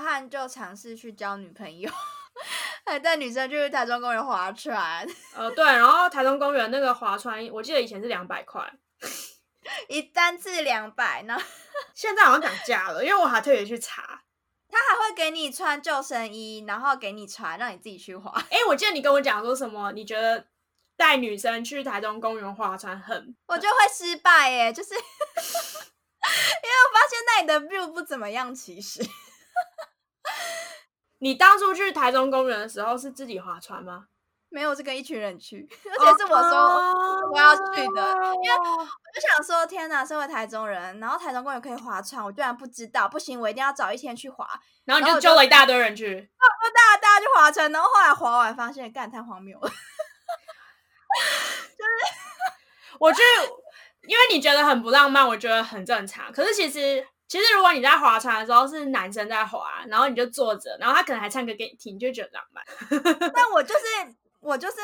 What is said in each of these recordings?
们就尝试去交女朋友， 还带女生去台中公园划船，呃，对，然后台中公园那个划船，我记得以前是两百块，一单次两百，然后现在好像涨价了，因为我还特别去查。他还会给你穿救生衣，然后给你船，让你自己去划。 哎，我记得你跟我讲说什么？你觉得带女生去台中公园划船很我就会失败耶，就是 因为我发现那里的 view 不怎么样，其实。 你当初去台中公园的时候是自己划船吗？没有，是跟一群人去，而且是我说我我要去的，因为哦我就想说，天哪，身为台中人，然后台中公园可以划船，我居然不知道，不行，我一定要早一天去划。然后你然后就我揪了一大堆人去。就大家大家去划船，然后后来划完发现，干太荒谬了。我去，因为你觉得很不浪漫，我觉得很正常。可是其实，其实如果你在划船的时候是男生在划，然后你就坐着，然后他可能还唱歌给你听，你就觉得浪漫。但我就是我就是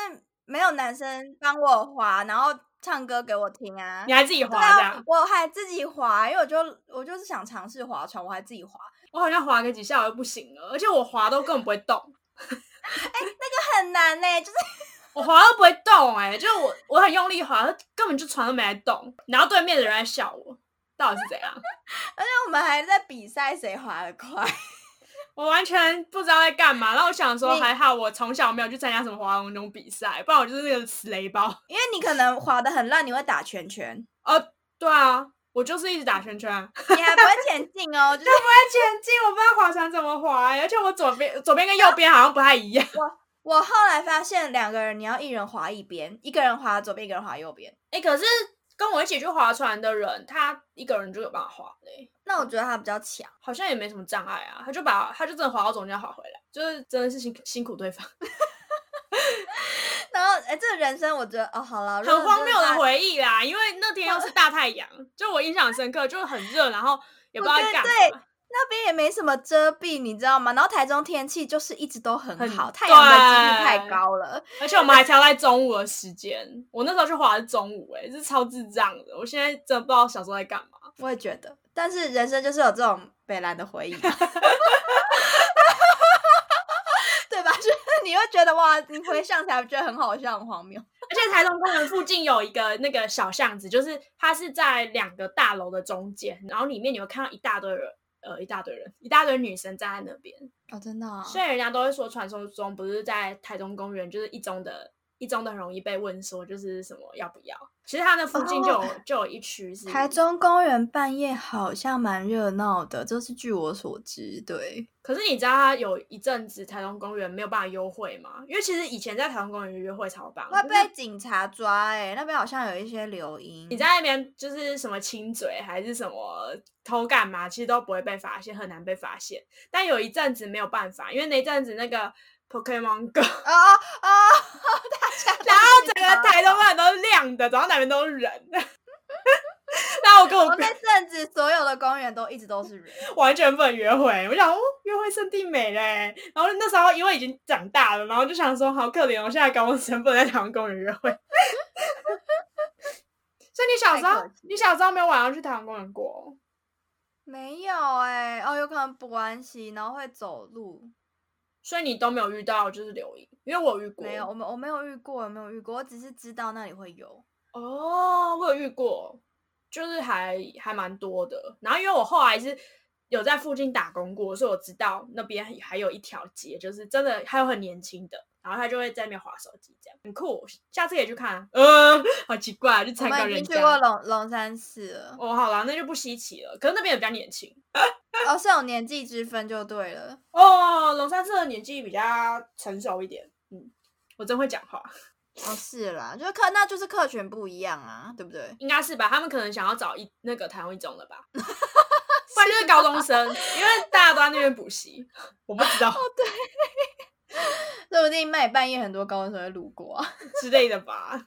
没有男生帮我划，然后唱歌给我听啊你。还自己对划这样，啊，我还自己划，因为我就我就是想尝试划船，我还自己划，我好像划个几下我就不行了，而且我划都根本不会动，很难嘞、就是 我划都不会动、哎，就是我我很用力划，根本就船都没在动。然后对面的人在笑我，到底是怎样？而且我们还在比赛谁划得快。 我完全不知道在干嘛。然后我想说，你还好我从小没有去参加什么划龙舟比赛，不然我就是那个死雷包。 因为你可能滑得很烂，你会打圈圈，哦，对啊，我就是一直打圈圈啊， 不你还不会前进哦。就是 会前进，我不知道划船怎么划、而且我左边左边跟右边好像不太一 样。我后来发现，两个人你要一人滑一边，一个人滑左边，一个人滑右边。哎、可是跟我一起去划船的人，他一个人就有办法划欸嘞、那我觉得他比较强， 好像也没什么障碍啊，他就把他就真的划到中间划回来，就是真的是辛辛苦对方，然后哎，这人生我觉得哦，好 了，如果很荒真谬的大回忆啦。因为那天又是大太阳，就我印象很深刻，就是很热，然后也不知道我觉在得干嘛。哦对那边也没什么遮蔽，你知道吗？然后台中天气就是一直都很很好，太阳的几率太对高了。而且我 们还挑在中午的时间，我那时候去滑是中午、欸，哎，是超智障的。我现在真的不知道小时候在干嘛。我也觉得，但是人生就是有这种北兰的回忆啊嘛， 对吧？就是你会觉得哇，你回想起来觉得很好笑、很荒谬。而且台中公园附近有一个那个小巷子，就是它是在两个大楼的中间，然后里面你会看到一大堆人，呃，一大堆人，一大堆女生站在那边。哦，真的、哦，所以人家都会说，传说中不是在台中公园，就是一中的，一中的很容易被问说就是什么要不要。其实它那附近就有、就有一区是哦台中公园半夜好像蛮热闹的，这是据我所知。对，可是你知道他有一阵子台中公园没有办法优惠吗？因为其实以前在台中公园约会超棒，会就是被警察抓哎、那边好像有一些留音。你在那边就是什么亲嘴还是什么偷干嘛，其实都不会被发现，很难被发现。但有一阵子没有办法，因为那阵子那个 Pokemon Go，哦哦哦，大家然后整个台中公园都是亮的，然后那边都是人。 然后我跟我哦我那阵子所有的公园都一直都是人，完全不能约会，我想哦，约会圣地美嘞。然后那时候因为已经长大了，然后就想说好可怜哦，我现在高中生不能在台湾公园约会。 所以你小时太候可惜，你小时候没有晚上去台湾公园过哦？没有哎、哦，有可能补完习然后会走路，所以你都没有遇到就是留影，因为我有遇过，没有，我们我没有遇过，我没有遇过，我只是知道那里会有。哦，我有遇过，就是还还蛮多的。然后因为我后来是有在附近打工过，所以我知道那边还还有一条街，就是真的还有很年轻的，然后他就会在那边划手机，这样很酷。下次也去看、啊，嗯、好奇怪、啊，去我参观们已人经去过家。龙龙山寺了，哦，好啦，那就不稀奇了。可是那边也比较年轻哦，是有年纪之分就对了。哦，龙山寺的年纪比较成熟一点。嗯，我真会讲话，哦，是啦，就是客，那就是客群不一样啊，对不对？应该是吧？他们可能想要找一那个台湾一中的吧， 不然就是高中生，因为大家都在那边补 习。我不知道说不定那里半夜很多高中生会路过啊。之类的吧。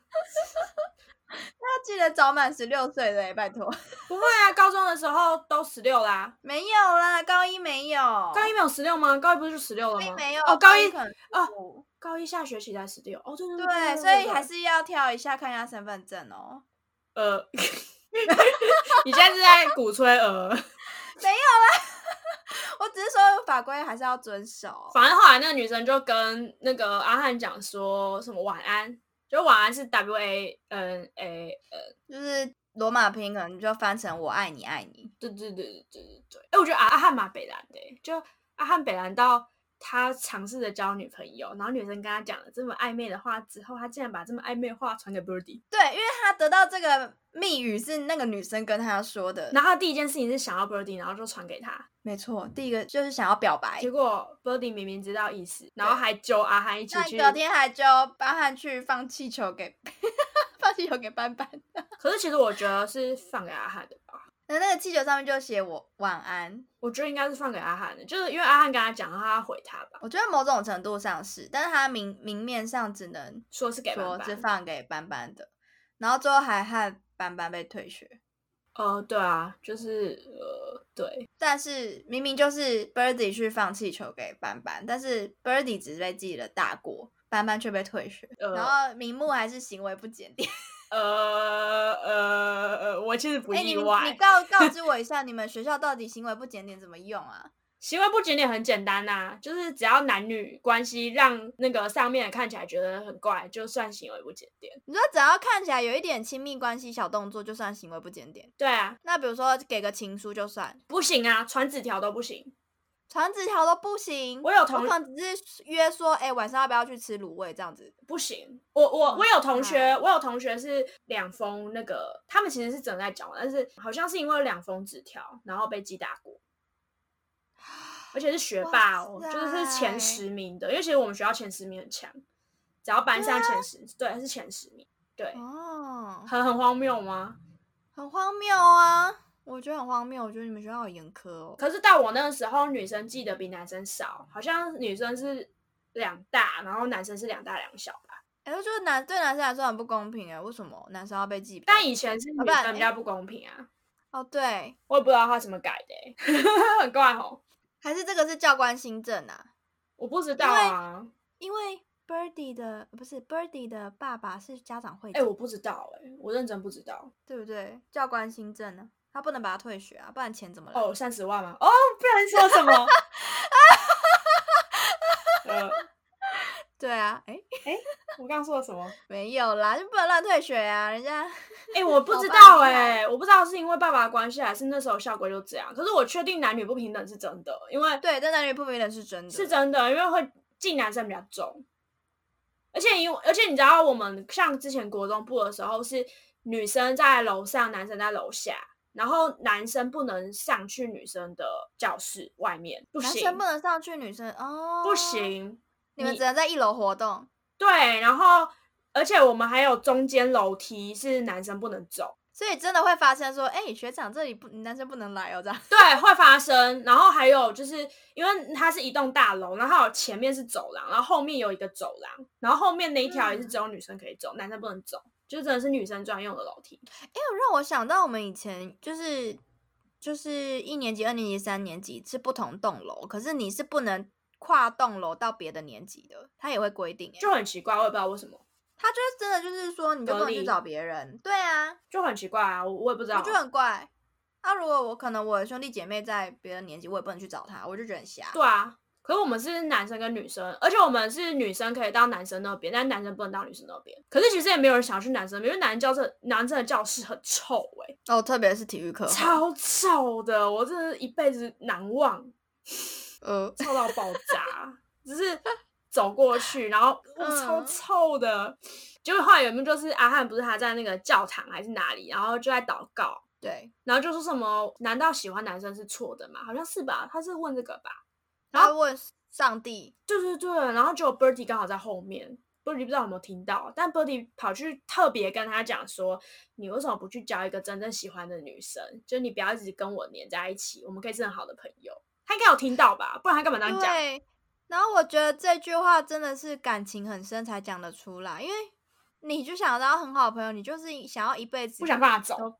那记得早满十六岁的、欸，拜托。 不会啊，高中的时候都十六啦。没有啦，高一没有，高一没有十六吗？高一不是就十六了哦高一吗？没有哦，高一可能啊不高一下学期才十六。哦，对对对对，对所以对还是要跳一下看一下身份证哦。呃，你现在是在鼓吹呃，我我只是说法规还是要遵守。反正后来那个女生就跟那个阿汉讲说什么晚安，就晚安是 W A N A 呃，就是罗马拼音可能就翻成“我爱你，爱你对对对对对对对。哎、我觉得阿汉蛮北兰的、欸就阿汉北兰到他尝试着交女朋友，然后女生跟他讲了这么暧昧的话之后，他竟然把这么暧昧的话传给 Birdy，”。对，因为他得到这个密语是那个女生跟他说的。然后他第一件事情是想要 Birdy，然后就传给他，没错，第一个就是想要表白结，果 Birdy 明明知道意思，然后还揪阿汉一起那去，隔天还就班汉去放气球给 放气球给班班，可是其实我觉得是放给阿汉的吧。那那个气球上面就写我晚安。我觉得应该是放给阿汉的，就是因为阿汉跟他讲，他回他吧，我觉得某种程度上是，但是他明明面上只能说是给爸说爸是。放给班班的，然后最后还害班班被退学。呃，对啊，就是呃，对，但是明明就是 Birdy 去放气球给班班，但是 Birdy 只是被记了大过，班班却被退学，呃然后名目还是行为不检点。呃呃呃，我其实不哎、你意你外，告告知我一下，你们学校到底行为不检点怎么用啊？行为不检点很简单呐、就是只要男女关系让那个上面看起来觉得很怪，就算行为不检点。你说只要看起来有一点亲密关系小动作，就算行为不检点。对啊，那比如说给个情书就算，不行啊，传纸条都不行。传纸条都不行。我有我同可能只是约说，哎、晚上要不要去吃卤味这样子？不行，我哦我我有同哇学，我有同学是两封那个，他们其实是整在讲，但是好像是因为两封纸条，然后被记大过，而且是学霸哦，哇就是是前塞十名的，因为其实我们学校前十名很强，只要班上前十，对，是前十名，对，啊哦，很很荒谬吗？很荒谬啊！我觉得很荒谬，我觉得你们学校好严苛哦。可是到我那个时候，女生记得比男生少，好像女生是两大，然后男生是两大两小吧，哎、我觉得男对男生来说很不公平哎，为什么男生要被记比较多？但以前是啊女不然生比较不公平啊。哦对，我也不知道他怎么改的、欸， 很怪吼，还是这个是教官新政啊？我不知道啊，因为 Birdy 的不是 Birdy 的爸爸是家长会哎、长，我不知道哎、我认真不知道。对不对？教官新政呢、他不能把他退学啊，不然钱怎么来？哦，三十万吗？哦，不然说什么？ 呃，对啊，哎、我刚刚说了什么？没有啦，就不能乱退学啊，人家哎、我不好知吧道你哎、我不知道是因为爸爸的关系，还是那时候校规就这样。可是我确定男女不平等是真的，因为对，但男女不平等是真的，是真的，因为会进男生比较重，而且因为而且你知道，我们像之前国中部的时候是女生在楼上，男生在楼下，然后男生不能上去女生的教室外面，不男行，生不能上去，女生哦不，行，你们只能在一楼活动，对，然后而且我们还有中间楼梯是男生不能走，所以真的会发生说，哎、学长这里不男生不能来哦，这样。对，会发生。然后还有就是因为它是一栋大楼，然后还有前面是走廊，然后后面有一个走廊，然后后面那一条也嗯是只有女生可以走，男生不能走，就真的是女生专用的楼梯。哎、让我想到我们以前就是就是一年级、二年级、三年级是不同栋楼，可是你是不能跨栋楼到别的年级的，他也会规定、欸。就很奇怪，我也不知道为什么，他就是真的就是说，你就隔不能去离找别人。对啊，就很奇怪啊，我我也不知道我就。很怪。那、如果我可能我的兄弟姐妹在别的年级，我也不能去找他，我就觉得很瞎。对啊，可是我们是男生跟女生，而且我们是女生可以到男生那边，但男生不能到女生那边。可是其实也没有人想要去男生那边，因为男生教室男生的教室很臭哎、 哦，特别是体育课后，超臭的，我真的是一辈子难忘。呃，臭到爆炸，只是走过去，然后我、嗯超臭的。结果后来有没有就是阿汉不是他在那个教堂还是哪里，然后就在祷告，对，然后就说什么难道喜欢男生是错的吗？好像是吧，他是问这个吧？然他问啊上帝，对对对，然后就 Birdy 刚好在后面。Birdy 不知道有没有听到，但 Birdy 跑去特别跟他讲说：“你为什么不去交一个真正喜欢的女生？就你不要一直跟我黏在一起，我们可以是很好的朋友。”他应该有听到吧？不然他干嘛这样讲？对，然后我觉得这句话真的是感情很深才讲得出来，因为你就想当很好的朋友，你就是想要一辈子，不想办法走。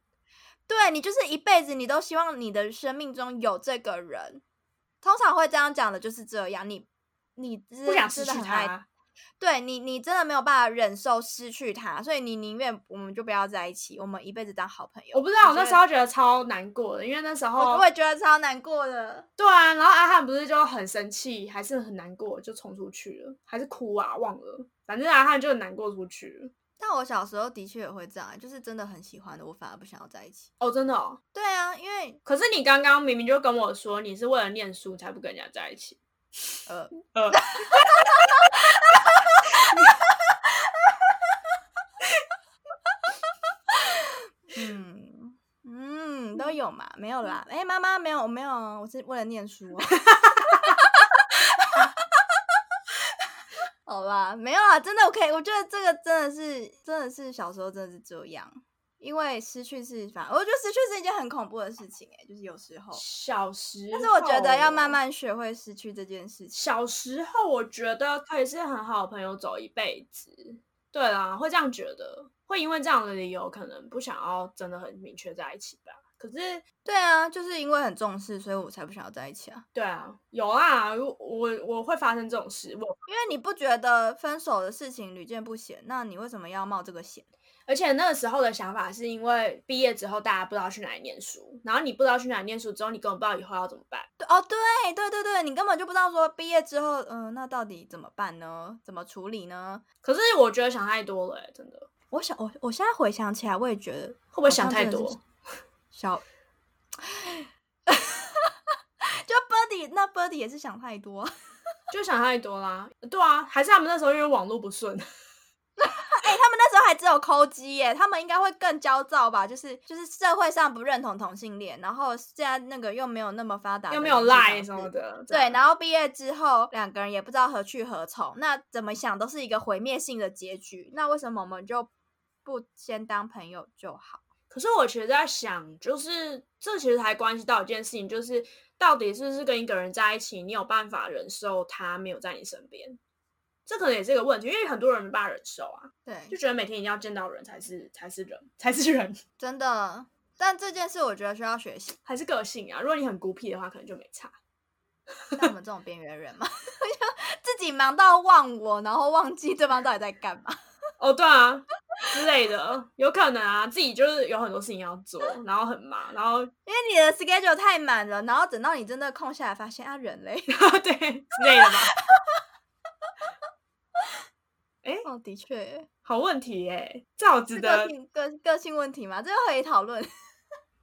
对你就是一辈子，你都希望你的生命中有这个人。通常会这样讲的，就是这样，你你真不的想真失的去很爱，他。对你，你真的没有办法忍受失去他，所以你宁愿我们就不要在一起，我们一辈子当好朋友。我不知道，我觉那得时候觉得超哦难过的，因为那时候我也觉得超难过的。对啊，然后阿汉不是就很生气，还是很难过，就冲出去了，还是哭啊，忘了，反正阿汉就很难过出去了。但我小时候的确也会这样，就是真的很喜欢的，我反而不想要在一起。哦，真的哦。对啊，因 为可是你刚刚明明就跟我说你是为了念书才不跟人家在一起，呃，呃，嗯嗯，都有嘛，没有啦。哎、妈妈没有，没有啊，我 是为了念书哦。好啦，没有啦，真的，我可以，我觉得这个真的是，真的是小时候真的是这样，因为失去是反，我觉得失去是一件很恐怖的事情、哎，就是有哦时候，小时，但是我觉得要慢。慢学会失去这件事情。小时候我觉得可以是很好的朋友走一辈子，对啦，会这样觉得，会因为这样的理由可能不想要真的很明确在一起吧。可是对啊，就是因为很重视，所以我才不想要在一起啊。对啊，有啊，我我我会发生这种事，我因为你不觉得分手的事情屡见不鲜，那你为什么要冒这个险？而且那个时候的想法是因为毕业之后大家不知道去哪里念书，然后你不知道去哪里念书之后，你根本不知道以后要怎么办。对哦，对对对对，你根本就不知道说毕业之后，嗯、那到底怎么办呢？怎么处理呢？可是我觉得想太多了、欸，真的我想，我我现在回想起来，我也觉得会不会好想像太哦真的是多？小， 就 Birdy 那 Birdy 也是想太多。 就想太多啦。对啊，还是他们那时候因为网络不顺，哎、他们那时候还只有抠机耶，他们应该会更焦躁吧？就是就是社会上不认同同性恋，然后现在那个又没有那么发达，又没有赖什么。的。啊对，然后毕业之后，两个人也不知道何去何从，那怎么想都是一个毁灭性的结局。那为什么我们就不先当朋友就好？可是我其实在想，就是这其实还关系到一件事情，就是到底是不是跟一个人在一起，你有办法忍受他没有在你身边？这可能也是一个问题，因为很多人没办法忍受啊，对就，觉得每天一定要见到人才是才是人才是人， 真的。但这件事我觉得需要学习。还是个性啊。如果你很孤僻的话，可能就没差。像我们这种边缘人嘛， 就自己忙到忘我，然后忘记对方到底在干嘛。哦，对啊之类的，有可能啊，自己就是有很多事情要做，然后很忙，然后 因为你的 schedule 太满了，然后等到你真的空下来，发现啊人类对之类的吧。 哦，的确耶，好问题哎、这好值是个得，性个个性问题嘛，这个可以讨论。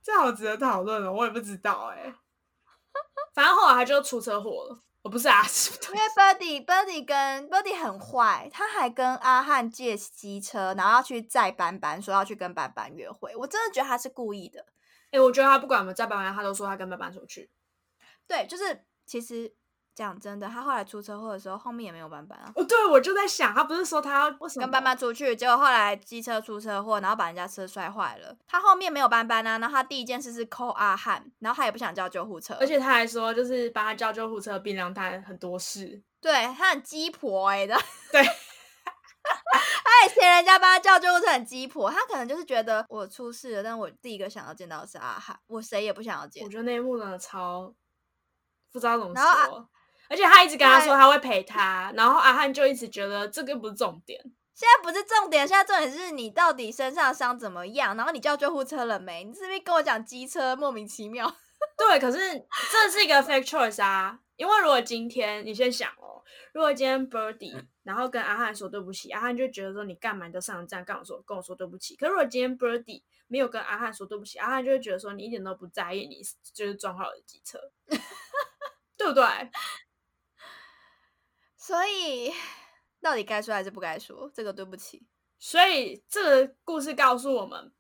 这好值得讨论哦，我也不知道哎、反正后来他就出车祸了，哦，不是啊，是不是因为 Birdy Birdy 跟 Birdy 很坏，他还跟阿汉借机车，然后要去载班班，说要去跟班班约会。我真的觉得他是故意的。哎、我觉得他不管我们在班班，他都说他跟班班出去。对，就是其实讲真的，他后来出车祸的时候，后面也没有班班啊，哦，对，我就在想，他不是说他要为什么跟班班出去，结果后来机车出车祸，然后把人家车摔坏了。他后面没有班班啊，然后他第一件事是 call 阿汉，然后他也不想叫救护车，而且他还说，就是帮他叫救护车，并让他很多事。对他很鸡婆哎、欸、的，对 他以前人家帮他叫救护车很鸡婆，他可能就是觉得我出事了，但我第一个想要见到的是阿汉，我谁也不想要见我。觉得那一幕呢超不知道怎么然后啊说，而且他一直跟他说对他会陪他，然后阿汉就一直觉得这个不是重点。现在不是重点，现在重点是你到底身上的伤怎么样，然后你叫救护车了没？你是不是跟我讲机车莫名其妙？ 对，可是这是一个 fake choice 啊，因为如果今天你先想哦，如果今天 Birdy 然后跟阿汉说对不起，阿汉就觉得说你干嘛你都上了这样跟我说跟我说对不起。可是如果今天 Birdy 没有跟阿汉说对不起，阿汉就会觉得说你一点都不在意，你就是撞坏我的机 车，对不对？所以到底该说还是不该说？这个对不起，所以这个故事告诉我们，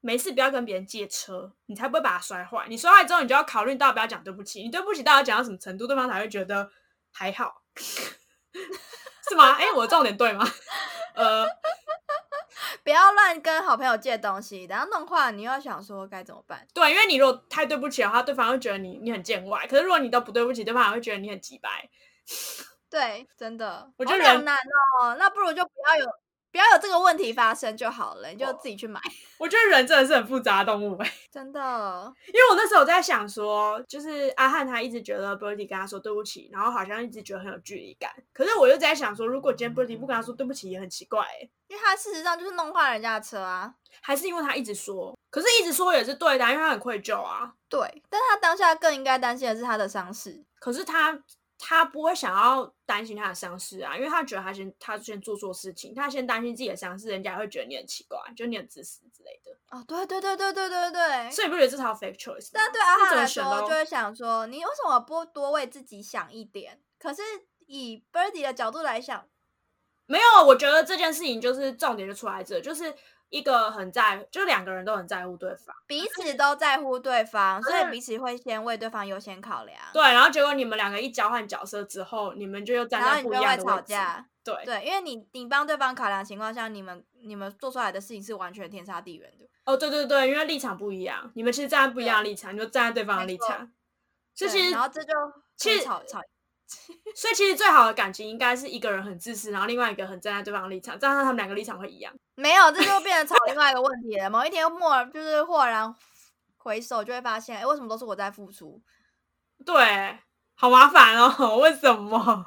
没事不要跟别人借车，你才不会把它摔坏。你摔坏之后，你就要考虑到不要讲对不起，你对不起到底要讲到什么程度，对方才会觉得还好， 是吗？哎、我的重点对吗？呃，不要乱跟好朋友借东西，然后弄坏了你又要想说该怎么办。对，啊因为你如果太对不起的话，对方会觉得你你很见外；可是如果你都不对不起，对方还会觉得你很急白。对，真的，我好觉得两人难哦。那不如就不要有，不要有这个问题发生就好了，你就自己 去买。我觉得人真的是很复杂的动物哎、真的，因为我那时候在想说，就是阿汉他一直觉得 Birdy 跟他说对不起，然后好像一直觉得很有距离感。可是我又在想说，如果今天 Birdy 不跟他说对不起，也很奇怪、欸，因为他事实上就是弄坏人家的车啊。还是因为他一直说，可是一直说也是对的啊、因为他很愧疚啊。对，但他当下更应该担心的是他的伤势。可是他他不会想要担心他的伤势啊，因为他觉得他先他先做错事情，他先担心自己的伤势，人家会觉得你很奇怪，就你很自私之类的。哦，对对对对对对对。所以你不觉得这是他的 fake choice？但对阿这汉种来选说，都就会想说，你为什么不多为自己想一点？可是以 Birdy 的角度来想，没有，啊我觉得这件事情就是重点就出来这，就是一个很在，就两个人都很在乎对方，彼此都在乎对方，所以是彼此会先为对方优先考量。对，然后结果你们两个一交换角色之后，你们就又站然后在你不就一样会的吵位置，架，对，对，因为你你帮对方考量的情况下，你们你们做出来的事情是完全天差地远的。哦，对对对，因为立场不一样，你们其实站在不一样的立场，你就站在对方的没立错场，所以对其实然后这就其会实吵 吵，所以其实最好的感情应该是一个人很自私，然后另外一个很站在对方的立场，这样他们两个立场会一样。没有，这就变成吵另外一个问题了。某一天蓦然就是豁然回首，就会发现，哎，为什么都是我在付出？对，好麻烦哦， 为什么？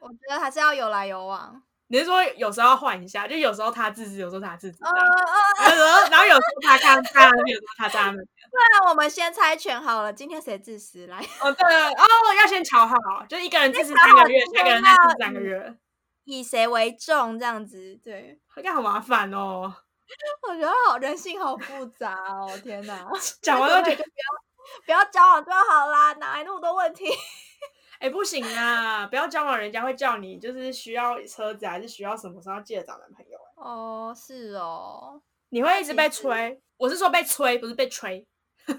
我觉得还是要有来有往。你是说有时候要换一下，就有时候他自私，有时候他自私这呃样，呃，然后然后有时候他看他，有时候他站在那边。不啊然我们先猜拳好了，今天谁自私来？ 哦，对哦，要先瞧好，就是一个人自私三好嗯个月，今下个天人再要自私三个月，以谁为重这样子？对，应该好麻烦哦。我觉得好人性好复杂哦，天哪！ 讲完那都可觉能得，不要交往就好啦，哪来那么多问题？ 哎，不行啊，不要交往，人家会叫你，就是需要车子啊还是需要什么时候要记得找男朋友。啊哦，是哦，你会一直其被实吹，我是说被吹，不是被吹。在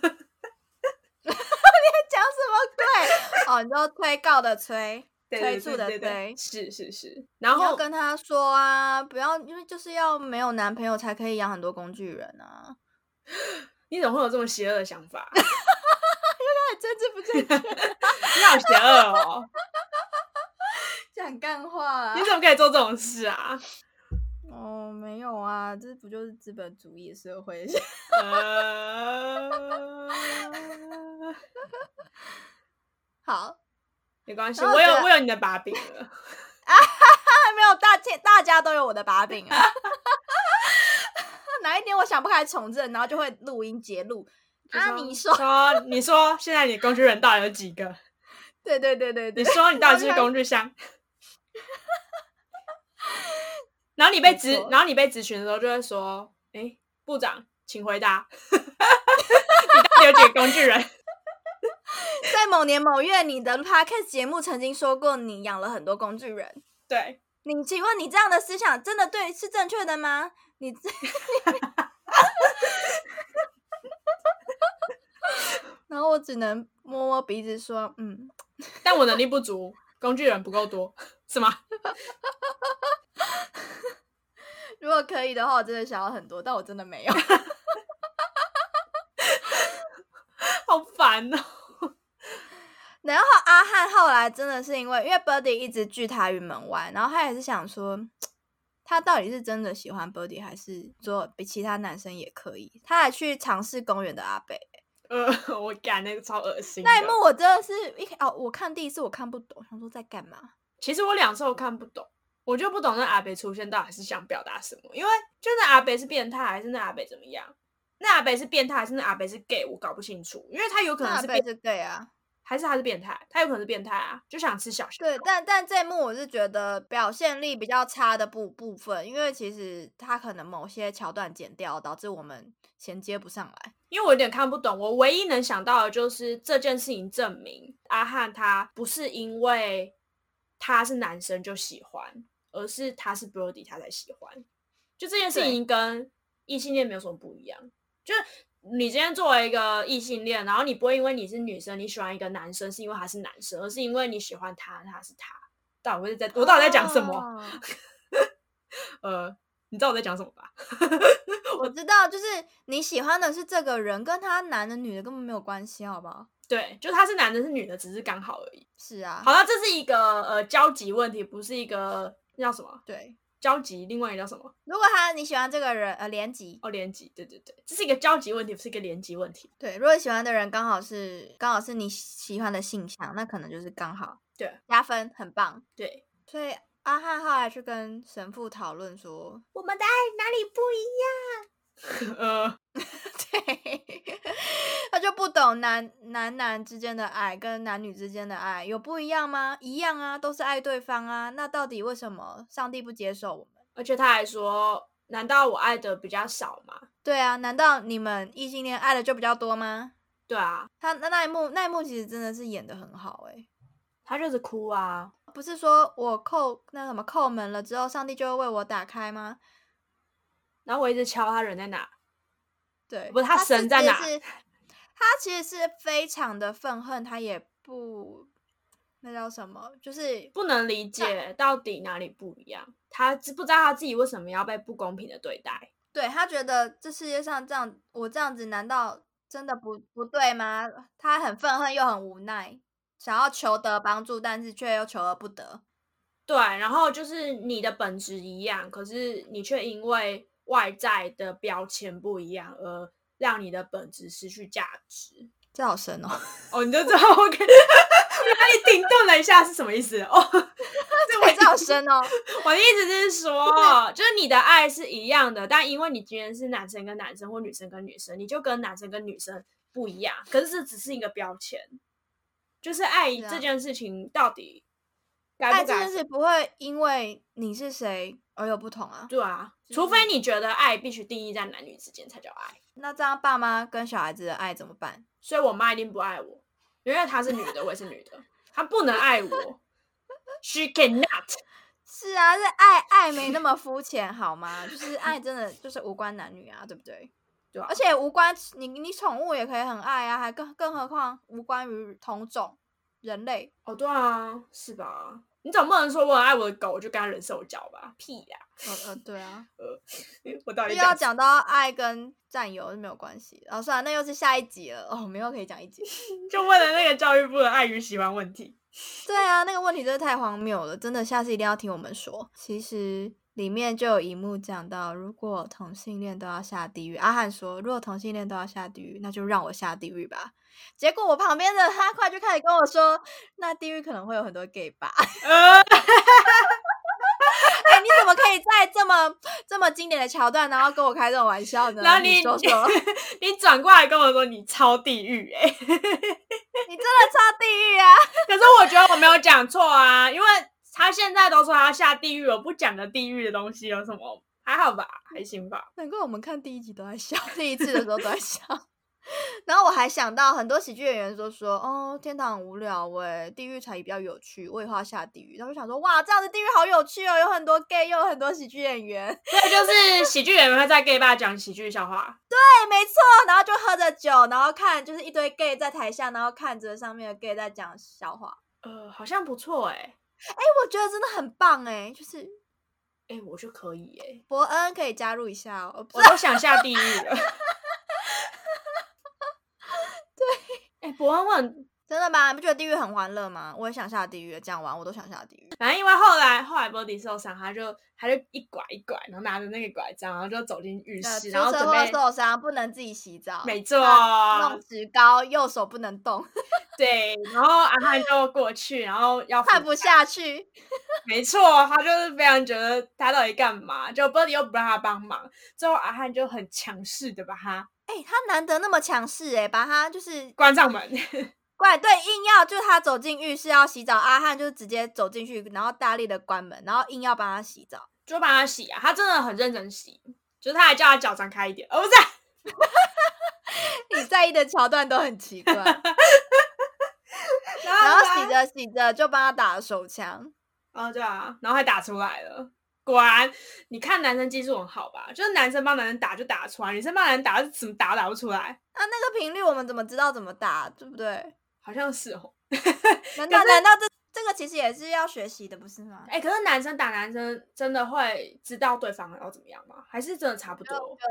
讲什么鬼？ 哦，你说催告的催，对催对促对的对对催是是是。然你要后跟他说啊，不要，因为就是要没有男朋友才可以养很多工具人 啊。你怎么会有这么邪恶的想法？啊哎，政治不正 确，你好邪恶哦！讲干话啊你怎么可以做这种事啊？哦，没有啊，这不就是资本主义社会？ 呃，好，没关系，然后我有觉得我有你的把柄了。还没有大家大家都有我的把柄啊。 哪一天我想不开从政，然后就会录音截录。就啊，说 你说，说，你说现在你的工具人到底有几 个？对对对对对，你说你到底是不是工具箱？ 然后你被没咨，错然后你被咨询的时候就会说：“哎，部长，请回答， 你到底有几个工具人 在某年某月，你的 podcast 节目曾经说过，你养了很多工具人。？”对，你请问你这样的思想真的对是正确的吗？你这， 然后我只能摸摸鼻子说，嗯，但我能力不足，工具人不够多， 是吗？如果可以的话，我真的想要很多，但我真的没有。 好烦哦！然后阿汉后来真的是因为，因为 Birdy 一直拒他于门外，然后他也是想说，他到底是真的喜欢 Birdy，还是说比其他男生也可以？他还去尝试公园的阿北呃， 我感那个超恶心的。那一幕，我真的是一开哦，我看第一次我看不懂，想说在干嘛？其实我两次我看不懂，我就不懂那阿北出现到底是想表达什么，因为就那阿北是变态还是那阿北怎么样？那阿北是变态还是那阿北是 gay？我搞不清楚，因为他有可能那是北变，是 gay 啊，还是他是变态，他有可能是变态啊，就想吃小鲜对肉，但但这一幕我是觉得表现力比较差的部部分，因为其实他可能某些桥段剪掉，导致我们衔接不上来。因为我有点看不懂，我唯一能想到的就是这件事情证明阿汉他不是因为他是男生就喜欢，而是他是 Brody 他才喜欢。就这件事对情跟异性恋没有什么不一样，就是你今天作为一个异性恋，然后你不会因为你是女生你喜欢一个男生是因为他是男生，而是因为你喜欢他他是他。到底我在我到底在讲什么？ 哦呃，你知道我在讲什么吧？ 我知道，就是你喜欢的是这个人，跟他男的女的根本没有关系，好不好？对，就他是男的是女的，只是刚好而已。是啊，好了，这是一个呃交集问题，不是一个那叫什么对，交集，另外一个叫什么？如果他你喜欢这个人，呃，连级哦，连级，对对对，这是一个交集问题，不是一个连级问题。对，如果喜欢的人刚好是刚好是你喜欢的性向，那可能就是刚好对加分，很棒。对，所以阿汉后来去跟神父讨论说，我们的爱哪里不一样？ 呃， 对，他就不懂男男男之间的爱跟男女之间的爱有不一样吗？一样啊，都是爱对方啊，那到底为什么上帝不接受我们？而且他还说，难道我爱的比较少吗？对啊，难道你们异性恋爱的就比较多吗？对啊，他那那一幕那一幕其实真的是演的很好诶、他就是哭啊，不是说我叩那什么叩门了之后，上帝就会为我打开吗？然后我一直敲他人在哪，对，不是他他神在直接哪 是他其实是非常的愤恨，他也不那叫什么，就是不能理解到底哪里不一样。他知不知道他自己为什么要被不公平的对待？对他觉得这世界上这样我这样子难道真的不不对吗？他很愤恨又很无奈，想要求得帮助，但是却又求而不得。对，然后就是你的本质一样，可是你却因为外在的标签不一样而让你的本质失去价值。这好深哦！哦，你就知道我给你停顿了一下是什么意思哦。这 我对，这好深哦！我的意思是说，就是你的爱是一样的，但因为你今天是男生跟男生或女生跟女生，你就跟男生跟女生不一样。可是这只是一个标签，就是爱啊这件事情到底该爱不这该件事不会因为你是谁而有不同啊。对啊，就除是非你觉得爱必须定义在男女之间才叫爱，那这样爸妈跟小孩子的爱怎么办？所以我妈一定不爱我，因为她是女的，我也是女的，她不能爱我，she cannot。是啊，是爱爱没那么肤浅好吗？就是爱真的就是无关男女啊，对不对？对啊而且无关你你宠物也可以很爱啊，还更更何况无关于同种人类。哦，对啊，是吧？你总不能说我很爱我的狗，我就跟它人兽交吧？屁呀、呃呃，对 啊，我到又底要讲讲到爱跟占有是没有关系的。哦，算了，那又是下一集了。 哦，我们又可以讲一集。就问了那个教育部的爱与喜欢问题。对啊，那个问题真的太荒谬了，真的，下次一定要听我们说。其实里面就有一幕讲到，如果同性恋都要下地狱，阿汉说，如果同性恋都要下地狱，那就让我下地狱吧。结果我旁边的哈快就开始跟我说，那地狱可能会有很多 gay 吧？ 呃，哎、你怎么可以在这么这么经典的桥段，然后跟我开这种玩笑呢？然后啊你你说说， 你转过来跟我说你超地狱哎、你真的超地狱啊！可是我觉得我没有讲错啊，因为他现在都说他下地狱，我不讲个地狱的东西有什么？还好吧，还行吧。难怪我们看第一集都在笑，第一次的时候都在笑。然后我还想到很多喜剧演员都说：“哦，天堂很无聊喂，地狱才比较有趣，我以后要下地狱。”然后我想说：“哇，这样的地狱好有趣哦，有很多 gay，又有很多喜剧演员。所以就是喜剧演员会在 gay 吧讲喜剧笑话，”对，没错。然后就喝着酒，然后看就是一堆 gay 在台下，然后看着上面的 gay 在讲笑话。呃，好像不错哎、哎，我觉得真的很棒哎，就是哎、我就可以哎、伯恩可以加入一下哦。哦不我是都想下地 狱了。对，哎、伯恩问，真的吗？你不觉得地狱很欢乐吗？我也想下地狱，讲完我都想下地狱。反正因为后来后来 Body 受伤，他就他就一拐一拐，然后拿着那个拐杖，然后就走进浴呃室，出然后准车祸备受伤不能自己洗澡，没错，弄石膏，右手不能 动，对，然后阿汉就过去，然后要看扶不下去。没错，他就是非常觉得他到底干嘛，就 Birdy 又不让他帮忙，最后阿汉就很强势的把他哎、他难得那么强势，哎，把他 就是关上门。怪对，硬要就是他走进浴室要洗澡，阿汉就直接走进去，然后大力的关门，然后硬要帮他洗澡。 就帮他洗啊，他真的很认真洗，就是他还叫他脚张开一点，哦不是啊、你在意的桥段都很奇 怪，然然后后他洗，着洗着就帮他打了手枪。哦对啊，然后还打出来了。果然，你看男生技术很好吧？就是男生帮男生打就打得出来，女生帮男生打是怎么打都打不出来，啊那、那个频率我们怎么知道怎么打，对不对？好像是哦。难道难道这这个其实也是要学习的，不是吗？哎、可是男生打男生真的会知道对方要怎么样吗？还是真的差不我多？觉得知道、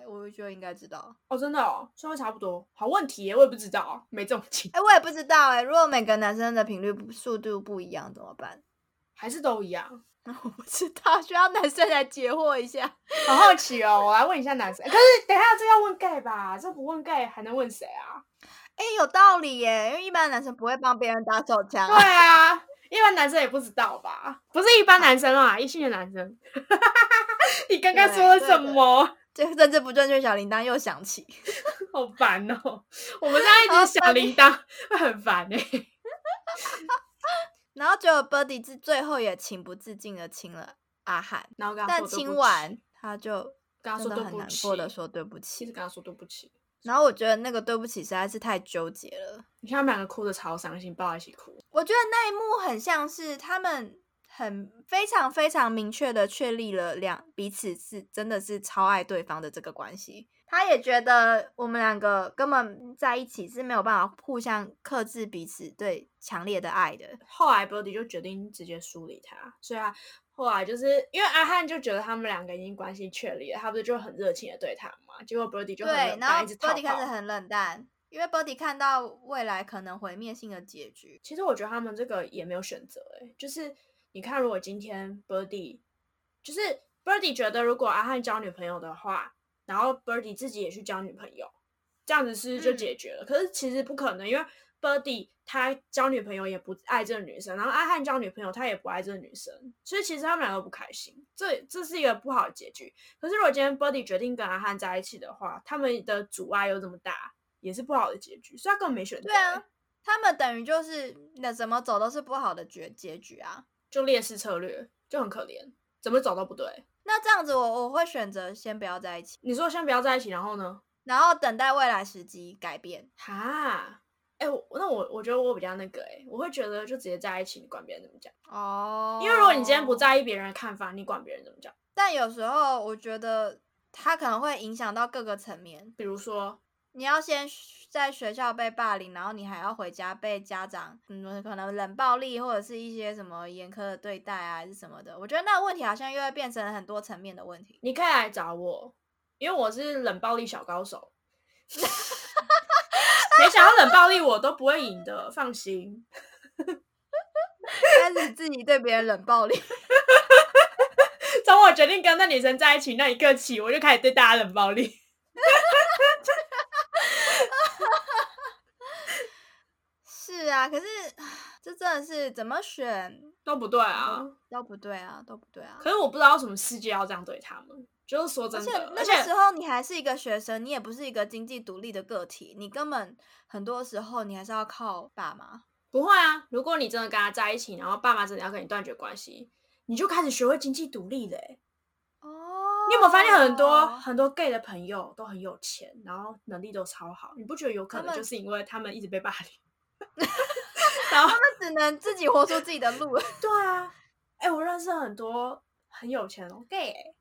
哎，我觉得应该知道。哦，真的哦，说会差不多。好问题耶，我也不知道啊，没这种情，哎、我也不知道哎、如果每个男生的频率不速度不一样怎么办？还是都一样。 我不知道，需要男生来解惑一下。好好奇哦，我来问一下男生。可是等一下这要问 gay 吧？这不问 gay 还能问谁啊？ 哎，有道理耶，因为一般的男生不会帮别人打手枪对啊。啊，一般男生也不知道吧？不是一般男生啊，异性的男生。 你刚刚说了对什对对么？这个政治不正确小铃铛又响起。好烦哦！我们现在一好直小烦铃铛，会很烦哎、然后结果 Birdy 自最后也情不自禁的亲了阿汉，然后跟他但说对不亲起，完他就跟他真说的对很不难起，过的说对不其实起。跟他说对不起。然后我觉得那个对不起实在是太纠结了。你看他们两个哭的超伤心，抱在一起哭。我觉得那一幕很像是他们很非常非常明确的确立了两彼此是真的是超爱对方的这个关系。他也觉得我们两个根本在一起是没有办法互相克制彼此对强烈的爱的。后来 Birdy 就决定直接梳理他，所以他后来就是因为阿汉就觉得他们两个已经关系确立了，他不是就很热情的对他嘛？结果 Birdy 就很对，然冷淡后一直套 Body 开始话。很冷淡，因为 Body 看到未来可能毁灭性的结局，其实我觉得他们这个也没有选择、欸，就是你看，如果今天 Birdy 就是 Birdy 觉得如果阿汉交女朋友的话，然后 Birdy 自己也去交女朋友，这样子是不是就嗯解决了。可是其实不可能，因为 Birdy 他交女朋友也不爱这个女生，然后阿汉交女朋友他也不爱这个女生，所以其实他们两个不开心，这这是一个不好的结局。可是如果今天 Birdy 决定跟阿汉在一起的话，他们的阻碍又这么大，也是不好的结局，所以他根本没选择、欸对啊，他们等于就是那怎么走都是不好的结结局啊。就劣势策略，就很可怜，怎么走都不对。那这样子我我会选择先不要在一起，你说先不要在一起，然后呢？然后等待未来时机改变。哈，哎、我那我我觉得我比较那个哎、我会觉得就直接在一起，你管别人怎么讲？哦，因为如果你今天不，在意别人的看法，你管别人怎么讲？但有时候我觉得他可能会影响到各个层面。比如说，你要先在学校被霸凌，然后你还要回家被家长，嗯，可能冷暴力或者是一些什么严苛的对待啊，还是什么的。我觉得那个问题好像又会变成很多层面的问题。你可以来找我，因为我是冷暴力小高手。谁想要冷暴力我都不会赢的，放心。 开始自己对别人冷暴力， 从我决定跟那女生在一起那一刻起，我就开始对大家冷暴力。是啊，可是这真的是怎么选都不对啊，都不对啊，都不对啊。可是我不知道为什么世界要这样对他们。就是说而真且的，那个时候你还是一个学生，你也不是一个经济独立的个体，你根本很多时候你还是要靠爸妈。不会啊，如果你真的跟他在一起，然后爸妈真的要跟你断绝关系，你就开始学会经济独立了欸、哦你有没有发现很多、很多 gay 的朋友都很有钱，然后能力都超好？你不觉得有可他能就们是因为他们一直被霸凌？ 然后那只能自己活出自己的路。对啊，哎、我认识很多很有钱的 gay，欸、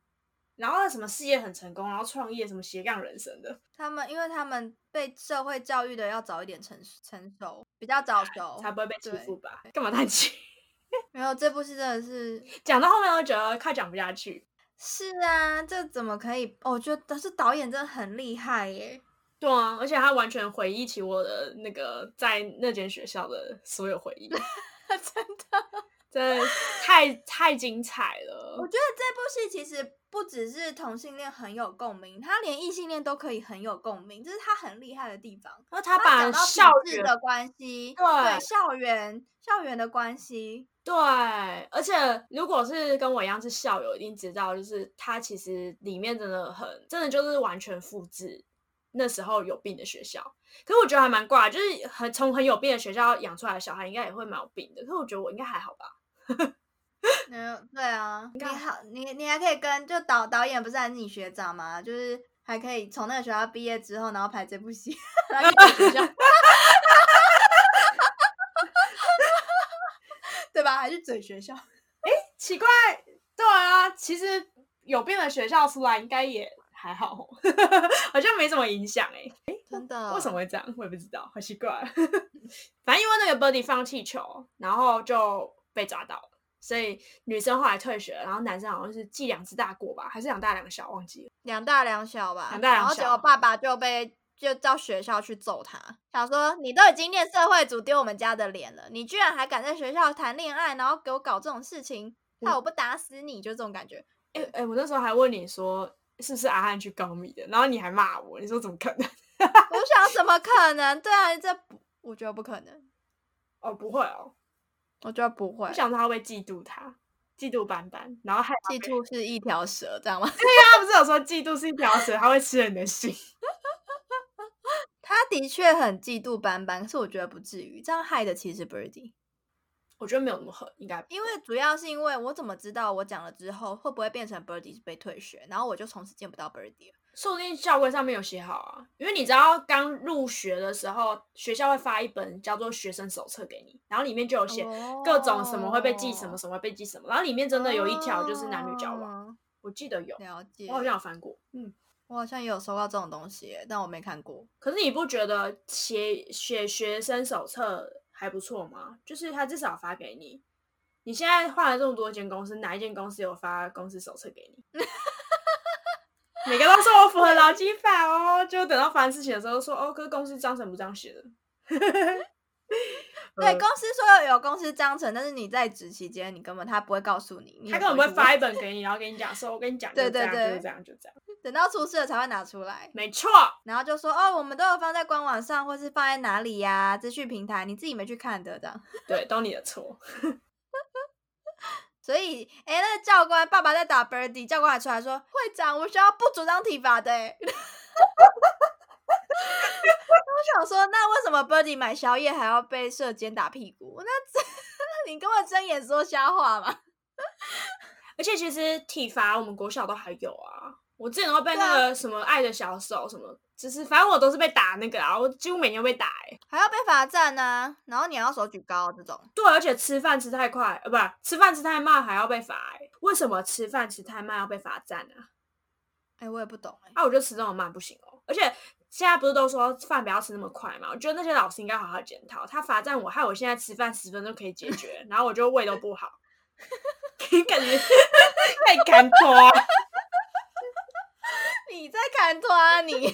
然后什么事业很成功，然后创业什么斜杠人生的，他们因为他们被社会教育的要早一点成成熟，比较早熟才。不会被欺哦对负吧？干嘛叹气？ 没有这部戏真的是讲到后面我觉得快讲不下去。是啊，这怎么可以？哦我觉得是导演真的很厉害耶。对啊，而且他完全回忆起我的那个在那间学校的所有回忆， 真的，真的太太精彩我了。觉得这部戏其实不只是同性恋很有共鸣，他连异性恋都可以很有共鸣，这是他很厉害的地方。然后他他把讲到校体制园的关系，对校园校园的关系，对，而且如果是跟我一样是校友，一定知道，就是他其实里面真的很，真的就是完全复制那时候有病的学校。可是我觉得还蛮怪，就是很从很有病的学校养出来的小孩，应该也会蛮有病的。可是我觉得我应该还好吧。嗯，对啊，你好，你你还可以跟就导导演不是还是你学长吗？就是还可以从那个学校毕业之后，然后拍这部戏， 然后去学校，对吧？还是嘴学 校？奇怪，对啊，其实有病的学校出来应该也还好 哦，好像没什么影响哎、真的？为什么？会这样？我也不知道，好奇怪。 反正因为那个 Birdy 放气球，然后就被抓到了，所以女生后来退学了，然后男生好像是寄两只大过吧，还是两大两小，忘记了。两大两小吧，两大两然后结小果爸爸就被就到学校去揍他，想说你都已经念社会组丢我们家的脸了，你居然还敢在学校谈恋爱，然后给我搞这种事情，怕我不打死你，就这种感觉。哎、哎、我那时候还问你说是不是阿汉去高米的，然后你还骂我，你说怎么可能？我想怎么可能？对啊，这不，我觉得不可能， 哦，不会哦，我觉得不会我。想说他会嫉妒他，嫉妒斑斑，然后害嫉妒是一条蛇，这样 吗？他不是有说嫉妒是一条蛇，他会吃人的心。他的确很嫉妒斑斑，可是我觉得不至于这样害的。其实 Birdy， 我觉得没有那么狠，应该因为主要是因为我怎么知道我讲了之后会不会变成 Birdy 是被退学，然后我就从此见不到 Birdy 了。说不定校规上面有写好啊，因为你知道刚入学的时候，学校会发一本叫做学生手册给你，然后里面就有写各种什么会被记什么，哦什么会被记什么，然后里面真的有一条就是男女交往，哦我记得有，了解我，好像有翻过，嗯。我好像也有收到这种东西耶，但我没看过。可是你不觉得写写学生手册还不错吗？就是他至少发给你。你现在换了这么多间公司，哪一间公司有发公司手册给你？ 每个都说我符合劳基法哦，就等到烦事情的时候说哦，可是公司章程不这样写的。对，呃公司说有公司章程，但是你在职期间，你根本他不会告诉你，你他也根本不不会去发问一本给你，然后跟你讲说，我跟你讲，嗯对就这样对对就这样，就这样，等到出事了才会拿出来，没错。然后就说哦，我们都有放在官网上，或是放在哪里呀、资讯平台，你自己没去看的这样。对，都你的错。所以，哎，那个教官爸爸在打 Birdy，教官还出来说，会长，我们学校不主张体罚的欸。 我想说，那为什么 Birdy 买宵夜还要被射箭打屁股？那这 那你跟我睁眼说瞎话嘛？而且其实体罚我们国小都还有啊，我之前都被那对个什么爱的小手什么，就是反正我都是被打那个啊，我几乎每天都被打哎、还要被罚站呢、然后你还要手举高这种。对，而且吃饭吃太快，呃，不是吃饭吃太慢还要被罚哎、为什么吃饭吃太慢要被罚站啊？哎，我也不懂哎、啊，我就吃这么慢不行哦。而且现在不是都说饭不要吃那么快嘛？我觉得那些老师应该好好检讨，他罚站我，害我现在吃饭十分钟可以解决，然后我就胃都不好，感觉 太干脱、啊。你在砍拖啊你！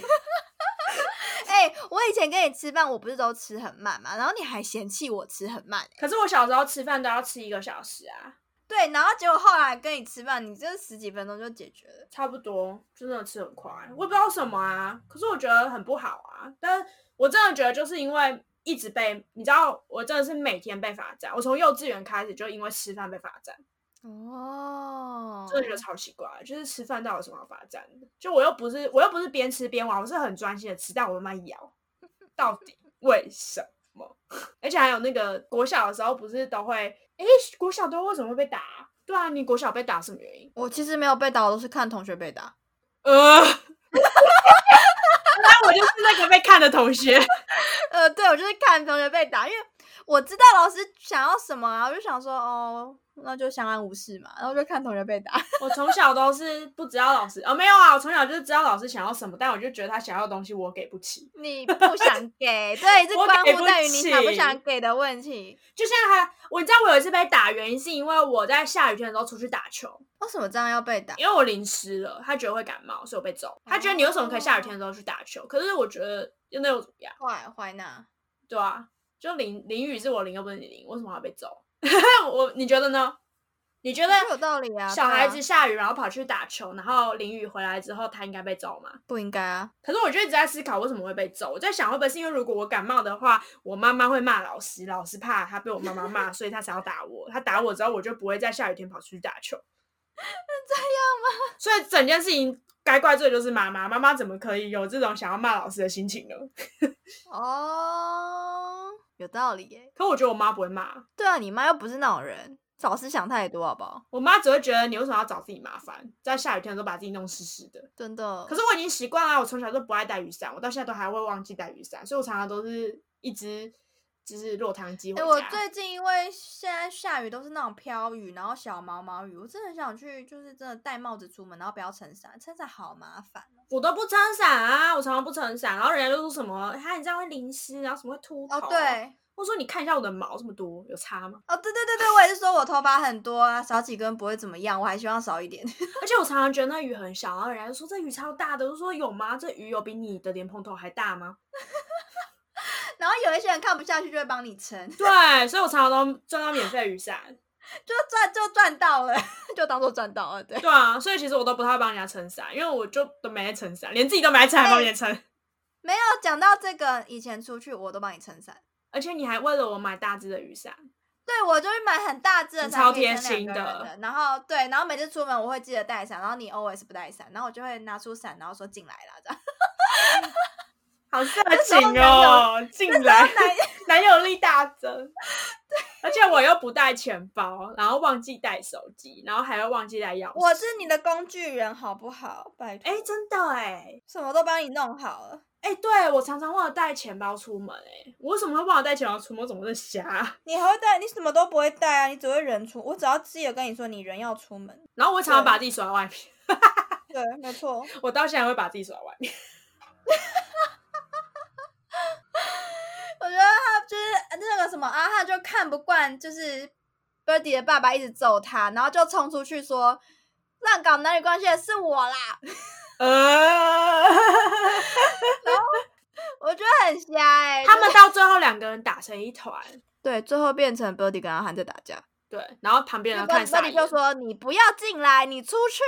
哎、我以前跟你吃饭，我不是都吃很慢嘛，然后你还嫌弃我吃很慢、欸，可是我小时候吃饭都要吃一个小时啊。对，然后结果后来跟你吃饭，你这十几分钟就解决了。差不多，就真的吃很快。我也不知道为什么啊，可是我觉得很不好啊。但我真的觉得就是因为一直被，你知道，我真的是每天被罚站。我从幼稚园开始就因为吃饭被罚站，哦真的觉得超奇怪。就是吃饭到底有什么好罚站的？就我又不是我又不是边吃边玩，我是很专心的吃，但我慢慢咬，到底为什么？ 而且还有那个国小的时候不是都会，诶、国小都为什么会被打啊、对啊，你国小被打什么原因？我其实没有被打，我都是看同学被打。呃，那我就是那个被看的同学。呃，对，我就是看同学被打，因为我知道老师想要什么啊，我就想说哦，那就相安无事嘛，然后就看同学被打。 我从小都是不知道老师，哦，没有啊，我从小就是知道老师想要什么，但我就觉得他想要的东西我给不起。你不想给，对，这我关给乎不在于你想不起想给的问题。就像他，我你知道我有一次被打，原因是因为我在下雨天的时候出去打球，为什么这样要被打？因为我淋湿了，他觉得会感冒，所以我被揍。他觉得你为什么可以下雨天的时候去打球？可是我觉得又那又怎么样？坏坏那对啊，就淋淋雨是我淋，又不是你淋，为什么要被揍？ 我你觉得呢？你觉得有道理啊，小对孩啊子下雨然后跑去打球，然后淋雨回来之后，他应该被揍吗？不应该啊。可是我就一直在思考为什么会被揍。我在想，会不会是因为如果我感冒的话，我妈妈会骂老师，老师怕他被我妈妈骂，所以他才要打我。他打我之后，我就不会在下雨天跑出去打球。这 样吗？所以整件事情该怪罪的就是妈妈。妈妈怎么可以有这种想要骂老师的心情呢？哦，有道理耶。可我觉得我妈不会骂，对啊，你妈又不是那种人，老是想太多好不好？我妈只会觉得你为什么要找自己麻烦，在下雨天的时候把自己弄湿湿的。真的。可是我已经习惯了，我从小就不爱带雨伞，我到现在都还会忘记带雨伞，所以我常常都是一只就是落汤鸡回哎、家。我最近因为现在下雨都是那种飘雨，然后小毛毛雨，我真的很想去，就是真的戴帽子出门，然后不要撑伞，撑伞好麻烦哦。我都不撑伞啊，我常常不撑伞，然后人家就说什么，他你这样会淋湿，然后什么会秃头、哦，，对，或者说你看一下我的毛这么多，有差吗？哦，对对对对，我也是说我头发很多啊，少几根不会怎么样，我还希望少一点。 而且我常常觉得那鱼很小，然后人家就说这鱼超大的，我就说有吗？这鱼有比你的莲蓬头还大吗？ 然后有一些人看不下去就会帮你撑。对，所以我常常都赚到免费雨伞。就赚就赚到了， 就当做赚到了，对。对啊，所以其实我都不太会帮人家撑伞，因为我就都没在撑伞，连自己都没在撑，还帮别人撑。哎没有讲到这个，以前出去我都帮你撑伞，而且你还为了我买大只的雨伞，对我就会买很大只的你伞，超可以撑贴心两个人的的。然后对，然后每次出门我会记得带伞，然后你 always 不带伞，然后我就会拿出伞，然后说进来啦，这样。好色时候情男友哦，进来男友力大增。而且我又不带钱包，然后忘记带手机，然后还要忘记带钥匙。我是你的工具人，好不好？拜托，哎、真的哎、什么都帮你弄好了。哎、对我常常忘了带钱包出门哎、我为什么会忘了带钱包出门？我怎么是瞎啊？你还会带？你什么都不会带啊！你只会人出。我只要记得跟你说，你人要出门。然后我常常对把自己锁在外面。对，没错。我到现在会把自己锁在外面。我觉得他就是呃那个什么阿汉就看不惯，就是 Birdy 的爸爸一直揍他，然后就冲出去说：“乱搞男女关系的是我啦 呃，！”我觉得很瞎哎、他们到最后两个人打成一团，对最后变成 Birdy 跟阿汉在打架，对，然后旁边因为人看 Birdy 傻 Birdy 就眼，说：“你不要进来，你出去，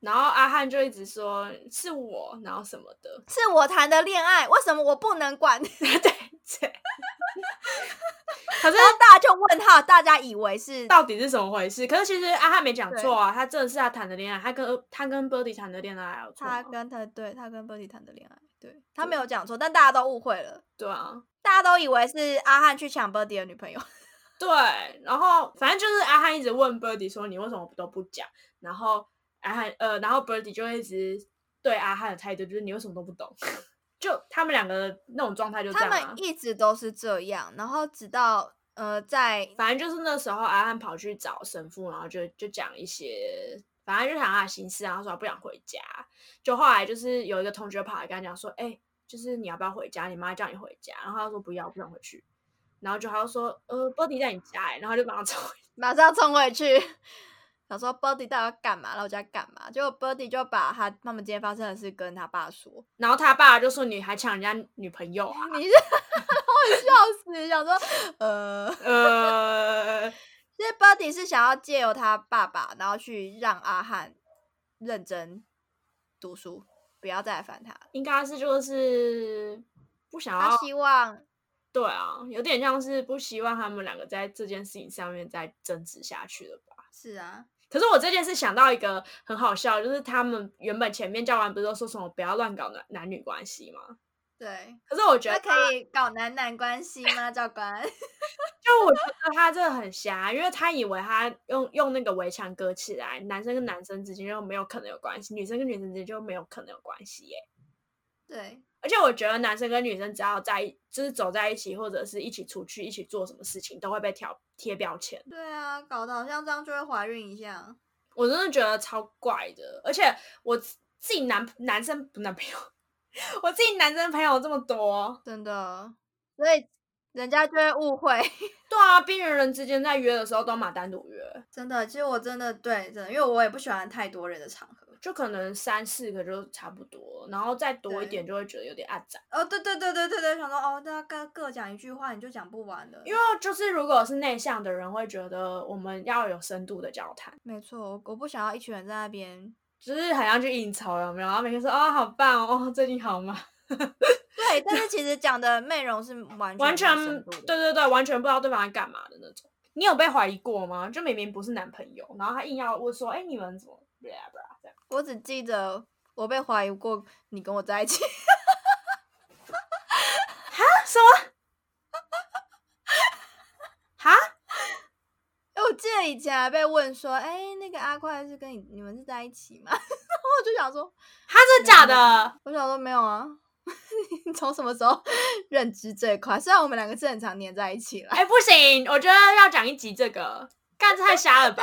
然后阿汉就一直说是我，然后什么的，是我谈的恋爱，为什么我不能管？” 对对。 可是然后大家就问号，大家以为是到底是怎么回事？可是其实阿汉没讲错啊，他真的是他谈的恋爱，他跟他跟 Birdy 谈的恋爱啊还有错他吗？跟他对他跟 Birdy 谈的恋爱，对他对没有讲错，但大家都误会了，对啊，大家都以为是阿汉去抢 Birdy 的女朋友。对，然后反正就是阿汉一直问 Birdy 说你为什么都不讲，然后阿汉呃，然后 Birdy 就一直对阿汉的态度就是你为什么都不懂， 就他们两个的那种状态就这他样、啊们。一直都是这样，然后直到呃，在反正就是那时候阿汉跑去找神父，然后就就讲一些，反正就讲他的心事，然后说他不想回家。就后来就是有一个同学跑来跟他讲说，哎、就是你要不要回家？你妈叫你回家，然后他就说不要，不想回去。然后就他就说，呃，Birdy 在你家、欸，然后他就马上走回马上冲回去， 想说 Birdy 到底要干嘛，来我家干嘛？结果 Birdy 就把他他们今天发生的事跟他爸说， 然后他爸就说：“你还抢人家女朋友啊你是我笑死，想说呃，？”呃， 其实 Birdy 是想要借由他爸爸，然后去让阿汉认真读书，不要再来烦他了。应该是就是不想他要，希望对啊，有点像是不希望他们两个在这件事情上面再争执下去了吧。是啊，可是我这件事想到一个很好笑，就是他们原本前面教完不是都说什么不要乱搞男男女关系吗？对，可是我觉那得，可以搞男男关系吗，教官？ 就我觉得他真的很瞎，因为他以为他用用那个围墙隔起来，男生跟男生之间就没有可能有关系，女生跟女生之间就没有可能有关系耶、对，而且我觉得男生跟女生只要在一，就是走在一起，或者是一起出去、一起做什么事情，都会被挑贴标签。对啊，搞得好像这样就会怀孕一下。我真的觉得超怪的。而且我自自己男男生不男朋友， 我自己男生朋友这么多，真的，所以人家就会误会。 对啊，边缘人之间在约的时候都蛮单独约，真的，其实我真的对，真的，因为我也不喜欢太多人的场合。就可能三四个就差不多，然后再多对一点就会觉得有点暗赞。哦，对对对对对对，想说哦，大家各各讲一句话，你就讲不完了。因为就是如果是内向的人，会觉得我们要有深度的交谈。没错，我我不想要一群人在那边。就是很像去应酬，有没有？然后每天说哦，好棒哦，最近好吗？ 对，但是其实讲的内容是完全完全没有深度的对对对，完全不知道对方在干嘛的那种。你有被怀疑过吗？就明明不是男朋友，然后他硬要问说，哎、你们怎么啊 blah blah 这样？我只记得我被怀疑过你跟我在一起， 什么？哈？因为我记得以前还被问说，哎，那个阿快是跟你你们是在一起吗？然 后我就想说，他真的假的？我想说没有啊， 你从什么时候 认知这一块？虽然我们两个是很常黏在一起啦，哎、不行，我觉得要讲一集这个，干这太瞎了吧？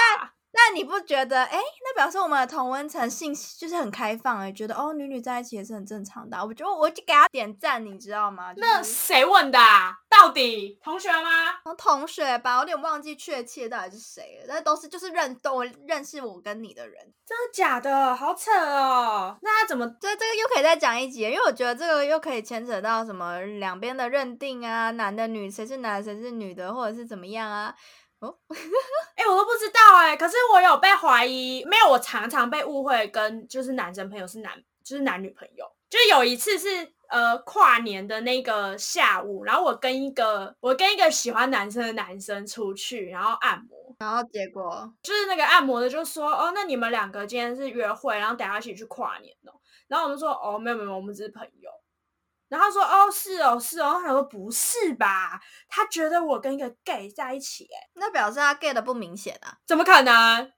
但你不觉得？哎、那表示我们的同温层性就是很开放哎、觉得哦，女女在一起也是很正常的啊、我觉得我就给他点赞，你知道吗？就那是谁问的、啊？到底同学吗？好像同学吧，我有点忘记确切到底是谁了，但都是就是认都我认识我跟你的人，真的假的？好扯哦！那他怎么？这这个又可以再讲一集，因为我觉得这个又可以牵扯到什么两边的认定啊，男的女谁是男谁是女的，或者是怎么样啊？哎、对，可是我有被怀疑，没有，我常常被误会跟就是男生朋友是男，就是男女朋友。就是有一次是呃跨年的那个下午，然后我跟一个我跟一个喜欢男生的男生出去，然后按摩，然后结果就是那个按摩的就说哦，那你们两个今天是约会，然后等一下一起去跨年哦。然后我们说哦，没有没有，我们只是朋友。然后他说哦是哦是哦，然后他说不是吧？他觉得我跟一个 gay 在一起、欸，哎，那表示他 gay 的不明显啊，怎么可能？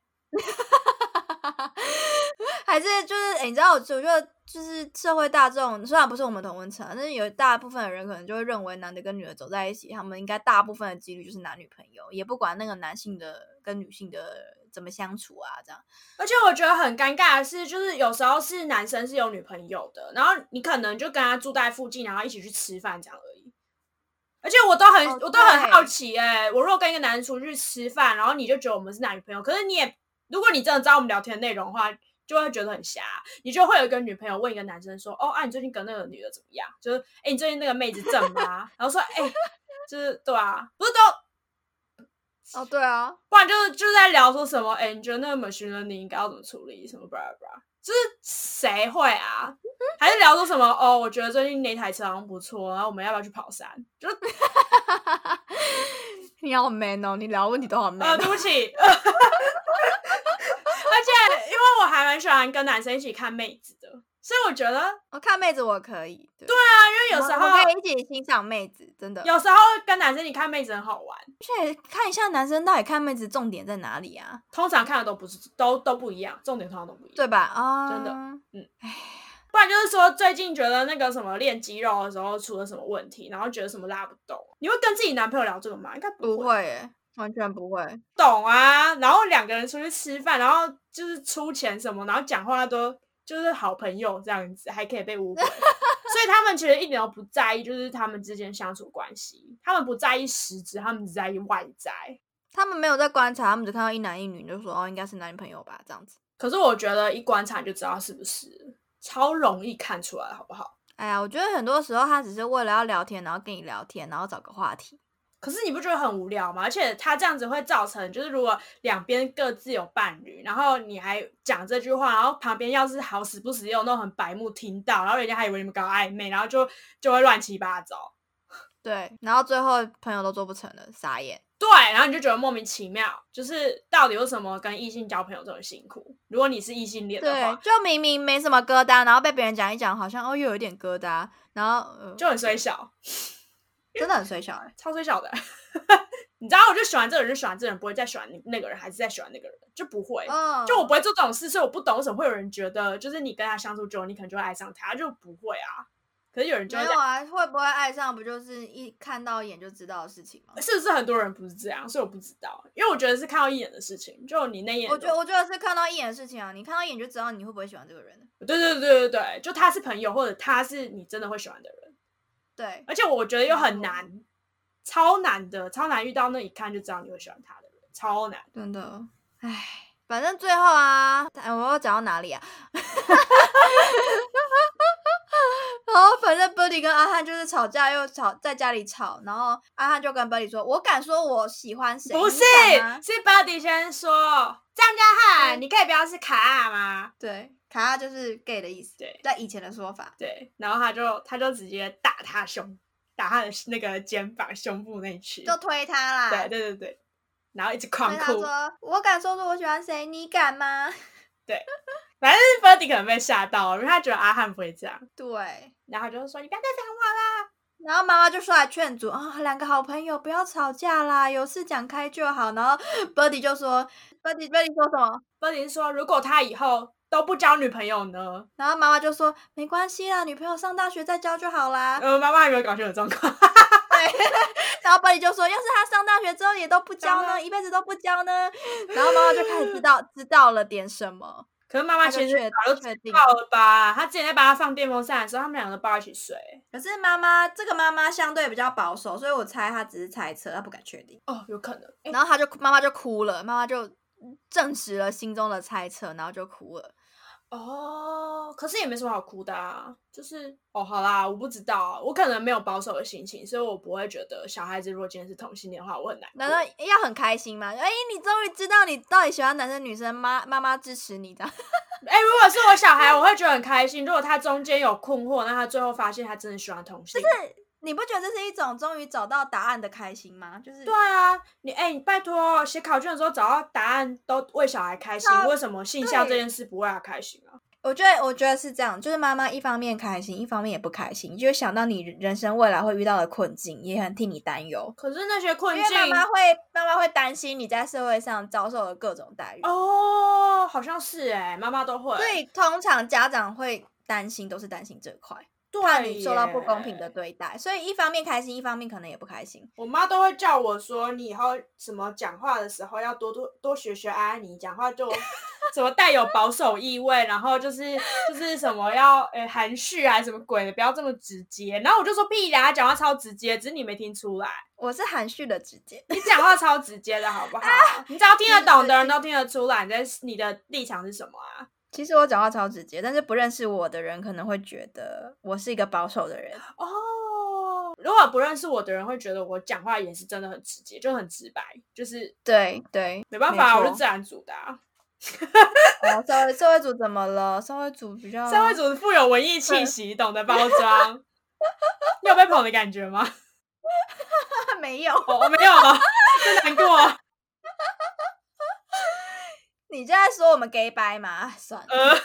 还是就是、欸你知道，我我觉得就是社会大众，虽然不是我们同温层，啊但是有大部分的人可能就会认为男的跟女的走在一起，他们应该大部分的几率就是男女朋友，也不管那个男性的跟女性的怎么相处啊，这样。而且我觉得很尴尬的是，就是有时候是男生是有女朋友的，然后你可能就跟他住在附近，然后一起去吃饭这样而已。而且我都很、哦我都很好对奇哎、我如果跟一个男人出去吃饭，然后你就觉得我们是男女朋友，可是你也如果你真的知道我们聊天的内容的话，就会觉得很瞎，你就会有一个女朋友问一个男生说：“哦啊，你最近跟那个女的怎么样？就是哎、你最近那个妹子正吗？” 然后说：“哎、就是对啊，不是都哦，对啊，不然就是就是在聊说什么，哎、你觉得那个 machine learning 应该要怎么处理，什么巴拉巴拉，就是谁会嗯啊？还是聊说什么？哦，我觉得最近那台车好像不错，然后我们要不要去跑山？就是 你好 man 哦，你聊问题都好 man 呃，哦、对不起， 而且因为我还蛮喜欢跟男生一起看妹子的，所以我觉得， 我看妹子我可以，对，因为啊有时哦我们候可以一起欣赏妹子，真的。有时候跟男生一起看妹子很好玩，而且看一下男生到底看妹子重点在哪里啊，通常看的都不是都都不一样，重点通常都不一样。对吧？啊、真的嗯，不然就是说，最近觉得那个什么练肌肉的时候出了什么问题，然后觉得什么拉不动，你会跟自己男朋友聊这个吗？应该不会会耶，完全不会。懂啊。然后两个人出去吃饭，然后就是出钱什么，然后讲话都就是好朋友这样子，还可以被误会。所以他们其实一点都不在意，就是他们之间相处关系，他们不在意实质，他们只在意外在。他们没有在观察，他们只看到一男一女就说哦，应该是男女朋友吧，这样子。可是我觉得一观察你就知道是不是，超容易看出来，好不好？哎呀，我觉得很多时候他只是为了要聊天，然后跟你聊天，然后找个话题。可是你不觉得很无聊吗？而且他这样子会造成，就是如果两边各自有伴侣，然后你还讲这句话，然后旁边要是好死不死也有那种很白目听到，然后人家还以为你们搞暧昧，然后就就会乱七八糟。对，然后最后朋友都做不成了，傻眼。对，然后你就觉得莫名其妙，就是到底为什么跟异性交朋友这么辛苦？如果你是异性恋的对话，，就明明没什么疙瘩，然后被别人讲一讲，好像哦又有一点疙瘩，然后、呃、就很衰小，真的很水小哎、超衰小的。 你知道，我就喜欢这个人，就喜欢这个人，不会再喜欢那个人，还是再喜欢那个人，就不会。嗯，就我不会做这种事，所以我不懂为什么会有人觉得，就是你跟他相处久了，你可能就会爱上他，就不会啊。可是有人就没会有这样，啊，会不会爱上不就是一看到一眼就知道的事情吗？呃是不是很多人不是这样？所以我不知道，因为我觉得是看到一眼的事情，就你那一眼我就，觉得我觉得是看到一眼的事情啊，你看到一眼就知道你会不会喜欢这个人。对对对对对，就他是朋友，或者他是你真的会喜欢的人，对，而且我觉得又很没错难，超难的，超难遇到那一看就知道你会喜欢他的人，超难。真的，唉，反正最后啊，哎，我要讲到哪里啊？ 然后反正 Buddy 跟阿汉就是吵架，又吵在家里吵，然后阿汉就跟 Buddy 说：“我敢说我喜欢谁？”不你是敢吗，是 Buddy 先说张家嗯汉，你可以不要是卡尔吗？对，卡拉就是 gay 的意思，对在以前的说法。对，然后他就他就直接打他胸，打他的那个肩膀、胸部那一区。就推他啦，对对对对，然后一直狂所以他哭。说：“我敢说出我喜欢谁，你敢吗 反正 Birdy 可能被吓到，因为他觉得阿汉不会这样，？”对，然后他就说：“你不要再讲我啦。然后妈妈就出来劝阻啊，两个好朋友不要吵架啦，有事讲开就好。然后 Buddy 就说，Buddy Buddy 说什么？” Birdy 说：“如果他以后都不交女朋友呢然后妈妈就说：“没关系啦，女朋友上大学再交就好？”啦。哎呃，妈妈有没有搞清楚状况？ 然后 Buddy 就说：“要是她上大学之后也都不交当呢，然一辈子都不交呢。”然后妈妈就开始知道知道了点什么， 可是妈她妈就其实确早就知确定了。道了吧？她之前在帮他放电风扇的时候，他们两个都抱一起睡。可是妈妈这个妈妈相对比较保守，所以我猜她只是猜测，她不敢确定。哦，有可能。哎，然后她就妈妈就哭了，妈妈就证实了心中的猜测，然后就哭了。哦，可是也没什么好哭的啊，就是哦，好啦，我不知道，我可能没有保守的心情，所以我不会觉得小孩子如果今天是同性恋的话，我很难过。难道要很开心吗？哎、你终于知道你到底喜欢男生女生，妈妈妈支持你的。 哎、如果是我小孩，我会觉得很开心。如果他中间有困惑，那他最后发现他真的喜欢同性，你不觉得这是一种终于找到答案的开心吗？就是对啊，你哎、你拜托写考卷的时候找到答案都为小孩开心，那为什么性向这啊对件事不为他开心啊？我觉得，我觉得是这样，就是妈妈一方面开心，一方面也不开心，就是想到你人生未来会遇到的困境，也很替你担忧。可是那些困因境为妈妈会，妈妈会担心你在社会上遭受的各种待遇，哦，好像是哎、妈妈都会所以通常家长会担心，都是担心这块，对怕你受到不公平耶的对待。所以一方面开心，一方面可能也不开心。我妈都会叫我说，你以后什么讲话的时候要多多多学学安妮，讲话 就什么带有保守意味，然后就是就是什么要呃含蓄啊什么鬼的，不要这么直接。然后我就说屁啦，她讲话超直接，只是你没听出来，我是含蓄的直接，你讲话超直接的 好不好？你只要听得懂的人都听得出来，你在你的立场是什么啊？其实我讲话超直接，但是不认识我的人可能会觉得我是一个保守的人。哦，如果不认识我的人会觉得我讲话也是真的很直接，就很直白，就是对对，没办没法啊，我是错自然组的、啊。哦，社会社会组怎么了？社会组比较社会主义富有文艺气息，懂得包装。 你有被捧的感觉吗？没有。 我、我没有啊，真难过。啊你就在说我们 gay 掰嘛？啊算了，呃，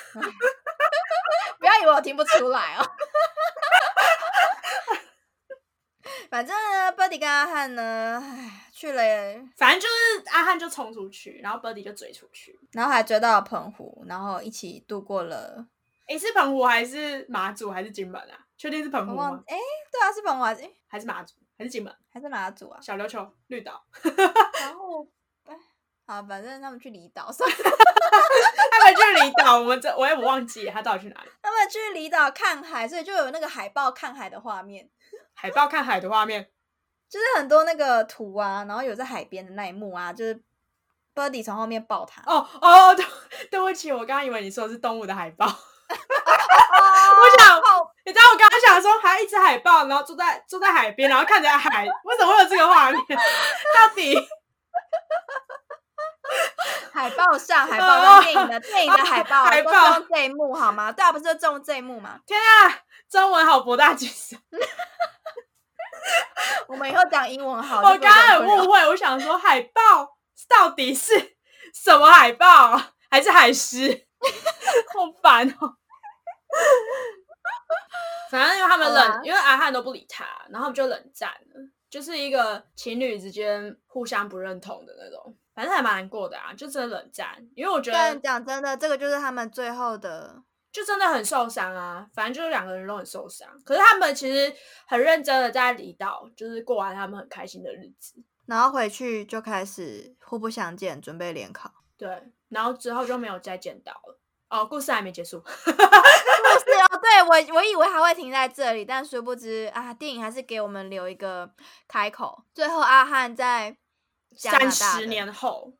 不要以为我听不出来哦。 反正呢，Buddy 跟阿汉呢，唉，去了， 反正就是阿汉就冲出去，然后 Birdy 就追出去。然后还追到了澎湖，然后一起度过了。诶，是澎湖还是马祖还是金门啊？确定是澎我湖忘吗？哎、对啊，是澎湖还是诶还是马祖还是金门？还是马祖啊？小琉球、绿岛，然后，哎好，反正他们去离岛， 算了，他们去离岛，我 们这我也忘记他到底去哪里。他们去离岛看海，所以就有那个海报看海的画面。海报看海的画面，就是很多那个图啊，然后有在海边的那一幕啊，就是 Birdy 从后面抱他，哦哦，对对不起，我刚刚以为你说的是动物的海报。 我想抱，你知道我刚刚想说，还一只海豹，然后坐在坐在海边，然后看着海， 为什么会有这个画面？到底海报上海报哦跟电影的电影的海报啊，海都报是用这一幕好吗？对啊，不是就中这一幕嘛？天啊，中文好博大精深。我们以后讲英文好， 我就不刚会刚讲很困扰误会，我想说海豹到底是什么海豹，还是海狮？好烦哦。反正因为他们好啊冷啦，因为阿汉都不理他，然后他们就冷战了，就是一个情侣之间互相不认同的那种。反正还蛮难过的啊，就真的冷战，因为我觉得但讲真的，这个就是他们最后的，就真的很受伤啊，反正就是两个人都很受伤。可是他们其实很认真的在离岛，就是过完他们很开心的日子。然后回去就开始互不相见，准备联考。对，然后之后就没有再见到了。哦，故事还没结束。不是哦，对我我以为还会停在这里，但殊不知啊，电影还是给我们留一个开口。最后阿汉在加拿三大十的年后，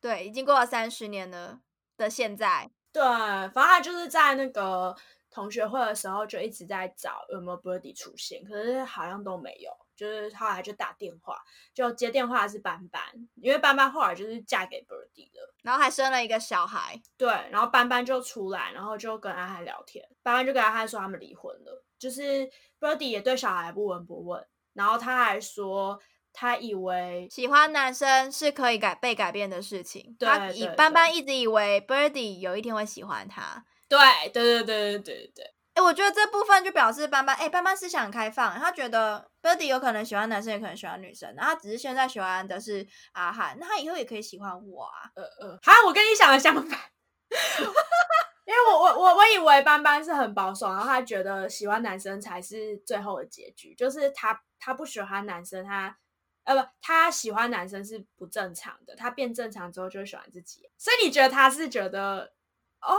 对，已经过了三十年了的现在，对，反正他就是在那个同学会的时候就一直在找有没有 Birdy 出现，可是好像都没有。就是后来就打电话，就接电话的是斑斑，因为斑斑后来就是嫁给 Birdy 了。然后还生了一个小孩，对，然后班班就出来，然后就跟阿汉聊天，班班就跟阿汉说他们离婚了，就是 Birdy 也对小孩不闻不问，然后他还说他以为喜欢男生是可以改被改变的事情。他对以对斑对斑一直以为 Birdy 有一天会喜欢他。对对对对对对对，哎，我觉得这部分就表示斑斑，哎，斑斑思想很开放，他觉得 Birdy 有可能喜欢男生，也可能喜欢女生，然后他只是现在喜欢的是阿汉，那他以后也可以喜欢我啊。呃呃，哈，我跟你想的相反， 因为我我我我以为班班是很保守，然后他觉得喜欢男生才是最后的结局，就是他他不喜欢男生，他呃不，他喜欢男生是不正常的，他变正常之后就会喜欢自己，所以你觉得他是觉得哦，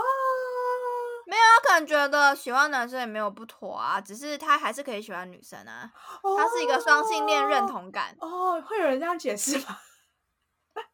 他可能觉得喜欢男生也没有不妥啊，只是他还是可以喜欢女生啊，他是一个双性恋认哦同感。哦，会有人这样解释吗？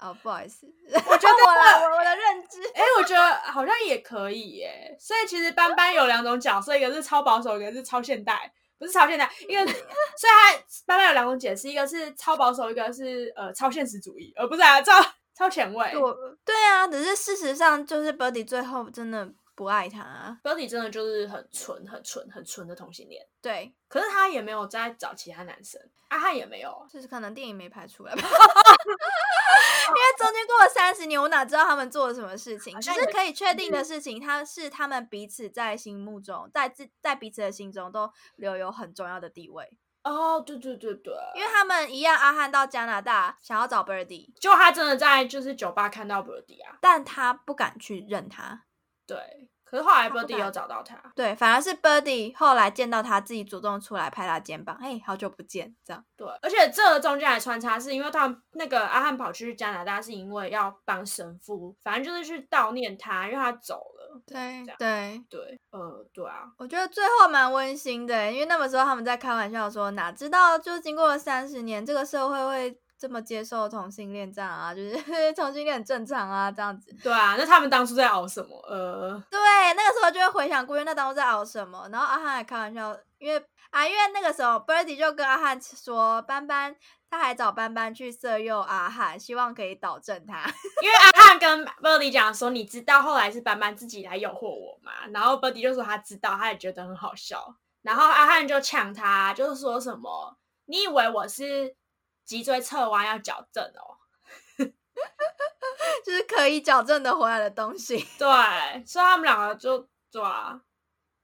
哦，不好意思， 我觉得我啦我我的认 知，哎、我觉得好像也可以耶。所以其实斑斑有两种角色，一个是超保守，一个是超现代。不是超现代，一个 是所以他斑斑有两种解释，一个是超保守，一个是呃超现实主义，呃不是啊，超超前卫。我对啊，只是事实上就是 Birdy 最后真的不爱他啊， b i r d y 真的就是很纯、很纯、很纯的同性恋，对，可是他也没有在找其他男生，阿汉也没有，就是可能电影没拍出来吧， 因为中间过了三十年，我哪知道他们做了什么事情？好只像是有可以确定的事情，他是他们彼此在心目中，在自在彼此的心中都留有很重要的地位，哦，对对对对，因为他们一样，阿汉到加拿大想要找 Birdy，就他真的在就是酒吧看到 Birdy 啊，但他不敢去认他。对。可是后来他不 Birdy 敢有找到他，对，反而是 Birdy 后来见到他，自己主动出来拍他肩膀，哎，好久不见，这样。对，而且这个中间还穿插是因为他们那个阿汉跑去加拿大是因为要帮神父，反正就是去悼念他，因为他走了。对这样对，对，呃，对啊，我觉得最后蛮温馨的，欸因为那个时候他们在开玩笑说，哪知道就经过了三十年，这个社会会这么接受同性恋这样啊，就是 同性恋很正常啊，这样子。对啊，那他们当初在熬什么？呃，对，那个时候就会回想过去那当初在熬什么。然后阿汉还开玩笑，因为啊，因为那个时候 Birdy 就跟阿汉说，斑斑他还找斑斑去色诱阿汉，希望可以导正他。 因为阿汉跟 Birdy 讲说，你知道后来是班班自己来诱惑我嘛？然后 Birdy 就说他知道，他也觉得很好笑。然后阿汉就呛他，就是说什么你以为我是脊椎侧弯要矫正哦？就是可以矫正的回来的东西。 对，所以他们两个就对啊。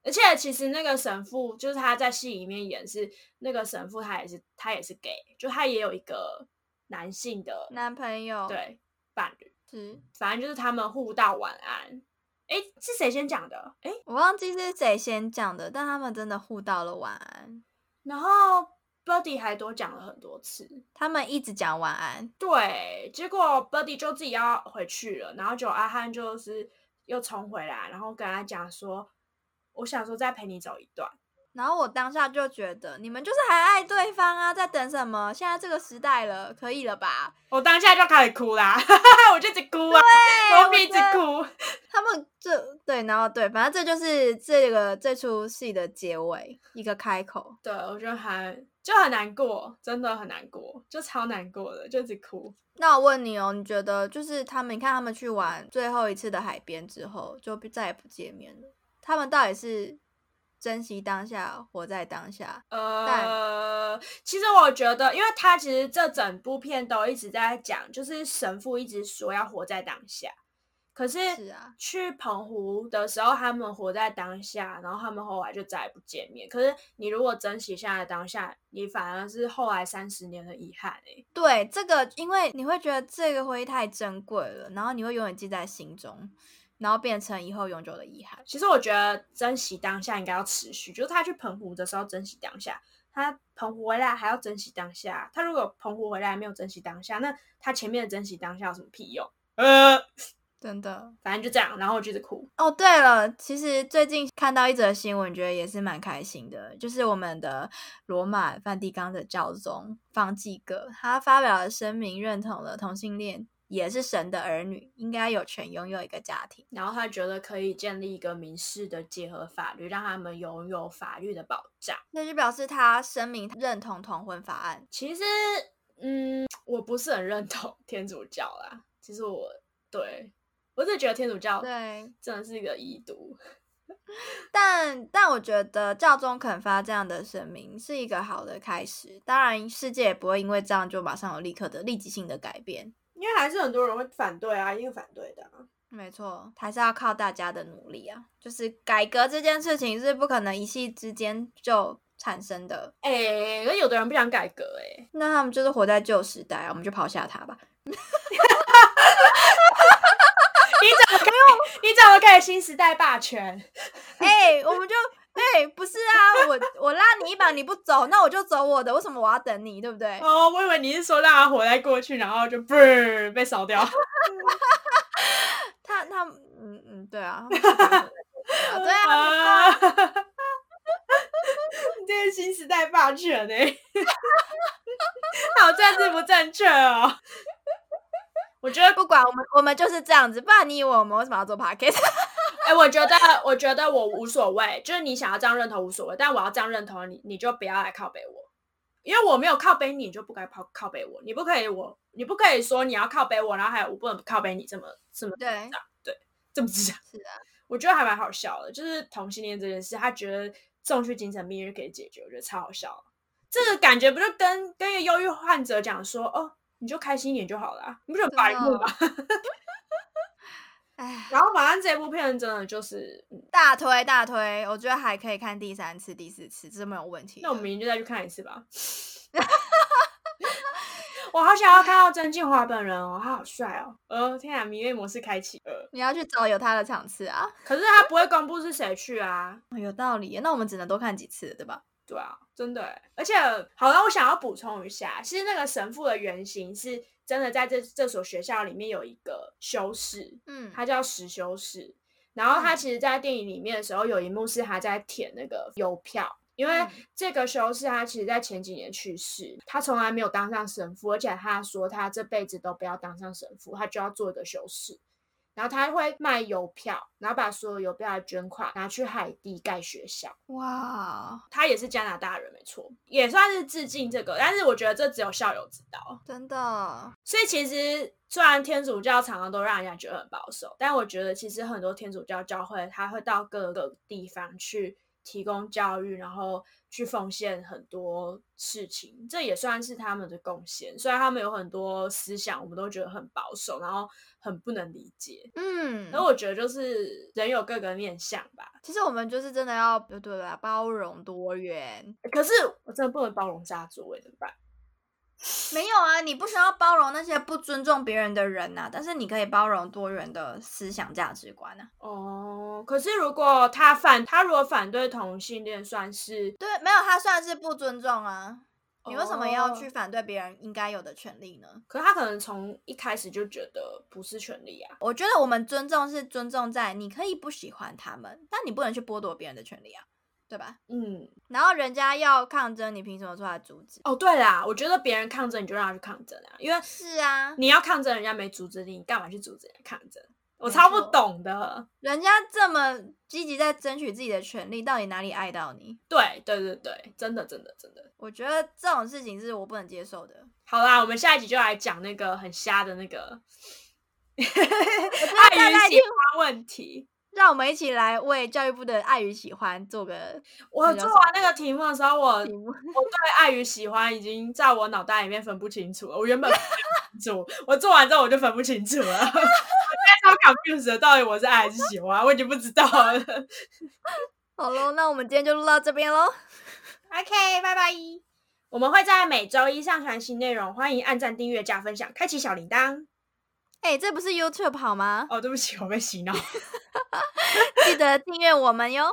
而且其实那个神父就是他在戏里面演是那个神父，他也是他也是 gay，就他也有一个男性的男朋友，对伴侣，是反正就是他们互道晚安。诶，是谁先讲的？诶，我忘记是谁先讲的，但他们真的互道了晚安，然后 Buddy 还多讲了很多次。他们一直讲晚安。对，结果 Buddy 就自己要回去了，然后就阿汉就是又冲回来，然后跟他讲说，我想说再陪你走一段。然后我当下就觉得，你们就是还爱对方啊，在等什么？现在这个时代了，可以了吧？我当下就开始哭啦， 我就一直哭啊，我我一直觉得哭。他们这对，然后对，反正这就是这个这出戏的结尾一个开口。 对，我觉得还就很难过，真的很难过，就超难过的，就一直哭。那我问你哦，你觉得就是他们，你看他们去玩最后一次的海边之后，就不再也不见面了，他们到底是珍惜当下，活在当下，呃，其实我觉得，因为他其实这整部片都一直在讲，就是神父一直说要活在当下，可是是啊去澎湖的时候，他们活在当下，然后他们后来就再也不见面。可是你如果珍惜现在的当下，你反而是后来三十年的遗憾哎、对这个，因为你会觉得这个回忆太珍贵了，然后你会永远记在心中，然后变成以后永久的遗憾。其实我觉得珍惜当下应该要持续，就是他去澎湖的时候珍惜当下，他澎湖回来还要珍惜当下。他如果澎湖回来没有珍惜当下，那他前面的珍惜当下有什么屁用？呃，真的反正就这样，然后我就是哭。哦，对了，其实最近看到一则新闻，觉得也是蛮开心的，就是我们的罗马梵蒂冈的教宗方济各，他发表了声明，认同了同性恋也是神的儿女，应该有权拥有一个家庭。然后他觉得可以建立一个民事的结合法律，让他们拥有法律的保障。那就表示他声明认同同婚法案。其实，嗯，我不是很认同 天主教啦。其实我对我只觉得天主教对，真的是一个遗毒。但但我觉得教宗肯发这样的声明是一个好的开始，当然世界也不会因为这样就马上有立刻的立即性的改变。因为还是很多人会反对啊，一定反对的、啊。没错，还是要靠大家的努力啊！就是改革这件事情是不可能一夕之间就产生的，哎、可是有的人不想改革、哎，那他们就是活在旧时代啊，我们就抛下它吧。你怎么可以？你怎么可以新时代霸权？哎、我们就哎、不是啊，我我拉你一把你不走，那我就走我的，为什么我要等你？对不对？哦，我以为你是说让他活在过去，然后就嘣被扫掉。他他嗯嗯，对啊， 他们就是活在旧时代啊对啊， 他们就是啊，你这是新时代霸权欸 哎、好政治不正确哦。我觉觉得不管我们，我们就是这样子。不然你以为我们为什么要做 podcast？ 哎、我觉得，我觉得我无所谓，就是你想要这样认同无所谓，但我要这样认同你，你就不要来靠背我，因为我没有靠背你，你就不该靠靠背我，你不可以我，你不可以说你要靠背我，然后还有我不能靠背你这么这么对，这么直讲。是啊，我觉得还蛮好笑的，就是同性恋这件事，他觉得送去精神病院可以解决，我觉得超好笑的。这个感觉不就跟跟一个忧郁患者讲说，哦，你就开心一点就好了，你不是很真白的目吗？ 哎，然后反正这部片真的就是，嗯大推大推，我觉得还可以看第三次、第四次，这没有问题的。那我们明天就再去看一次吧。我好想要看到曾静华本人哦，他好帅哦！呃，天啊，迷恋模式开启呃，你要去找有他的场次啊，可是他不会公布是谁去啊。哦有道理耶。那我们只能多看几次，对吧？对啊，真的欸。而且，好了，我想要补充一下，其实那个神父的原型是真的在这这所学校里面有一个修士，嗯，他叫石修士。然后他嗯其实，在电影里面的时候，有一幕是他在填那个邮票，因为嗯这个修士他其实在前几年去世，他从来没有当上神父，而且他说他这辈子都不要当上神父，他就要做一个修士。然后他会卖邮票，然后把所有邮票的捐款拿去海地盖学校。哇，他也是加拿大人，没错，也算是致敬这个，但是我觉得这只有校友知道。真的，所以其实虽然天主教常常都让人家觉得很保守，但我觉得其实很多天主教教会，他会到各个地方去提供教育，然后去奉献很多事情，这也算是他们的贡献。虽然他们有很多思想，我们都觉得很保守，然后很不能理解。嗯而。我觉得就是人有各个面相吧，其实我们就是真的要呃对对吧，包容多元。可是我真的不能包容杀猪，哎，怎么办？没有啊，你不需要包容那些不尊重别人的人呐、但是你可以包容多元的思想价值观啊。哦，可是如果他反，他如果反对同性恋，算是对，没有他算是不尊重啊。你为什么要哦去反对别人应该有的权利呢？可是他可能从一开始就觉得不是权利啊。我觉得我们尊重是尊重在你可以不喜欢他们，但你不能去剥夺别人的权利啊，对吧？嗯，然后人家要抗争，你凭什么出来阻止？哦，对啦，我觉得别人抗争，你就让他去抗争啊，因为是啊，你要抗争，人家没阻止你，你干嘛去阻止人家抗争？我没超不错懂的。人家这么积极在争取自己的权利，到底哪里爱到你？对对对对，真的真的真的。我觉得这种事情是我不能接受的。好啦，我们下一集就来讲那个很瞎的那个大爱家与已喜经欢问题。让我们一起来为教育部的爱与喜欢做个我这叫做什完那个题目的时候，我题目。我对爱与喜欢已经在我脑袋里面分不清楚了。我原本分不清楚，我做完之后我就分不清楚了。 我现在超 confused，的到底我是爱还是喜欢，我已经不知道了。好喽，那我们今天就录到这边喽， OK，拜拜。我们会在每周一上传新内容，欢迎按赞、订阅、加分享，开启小铃铛。哎、这不是 YouTube 好吗？哦，对不起，我被洗脑。记得订阅我们哟。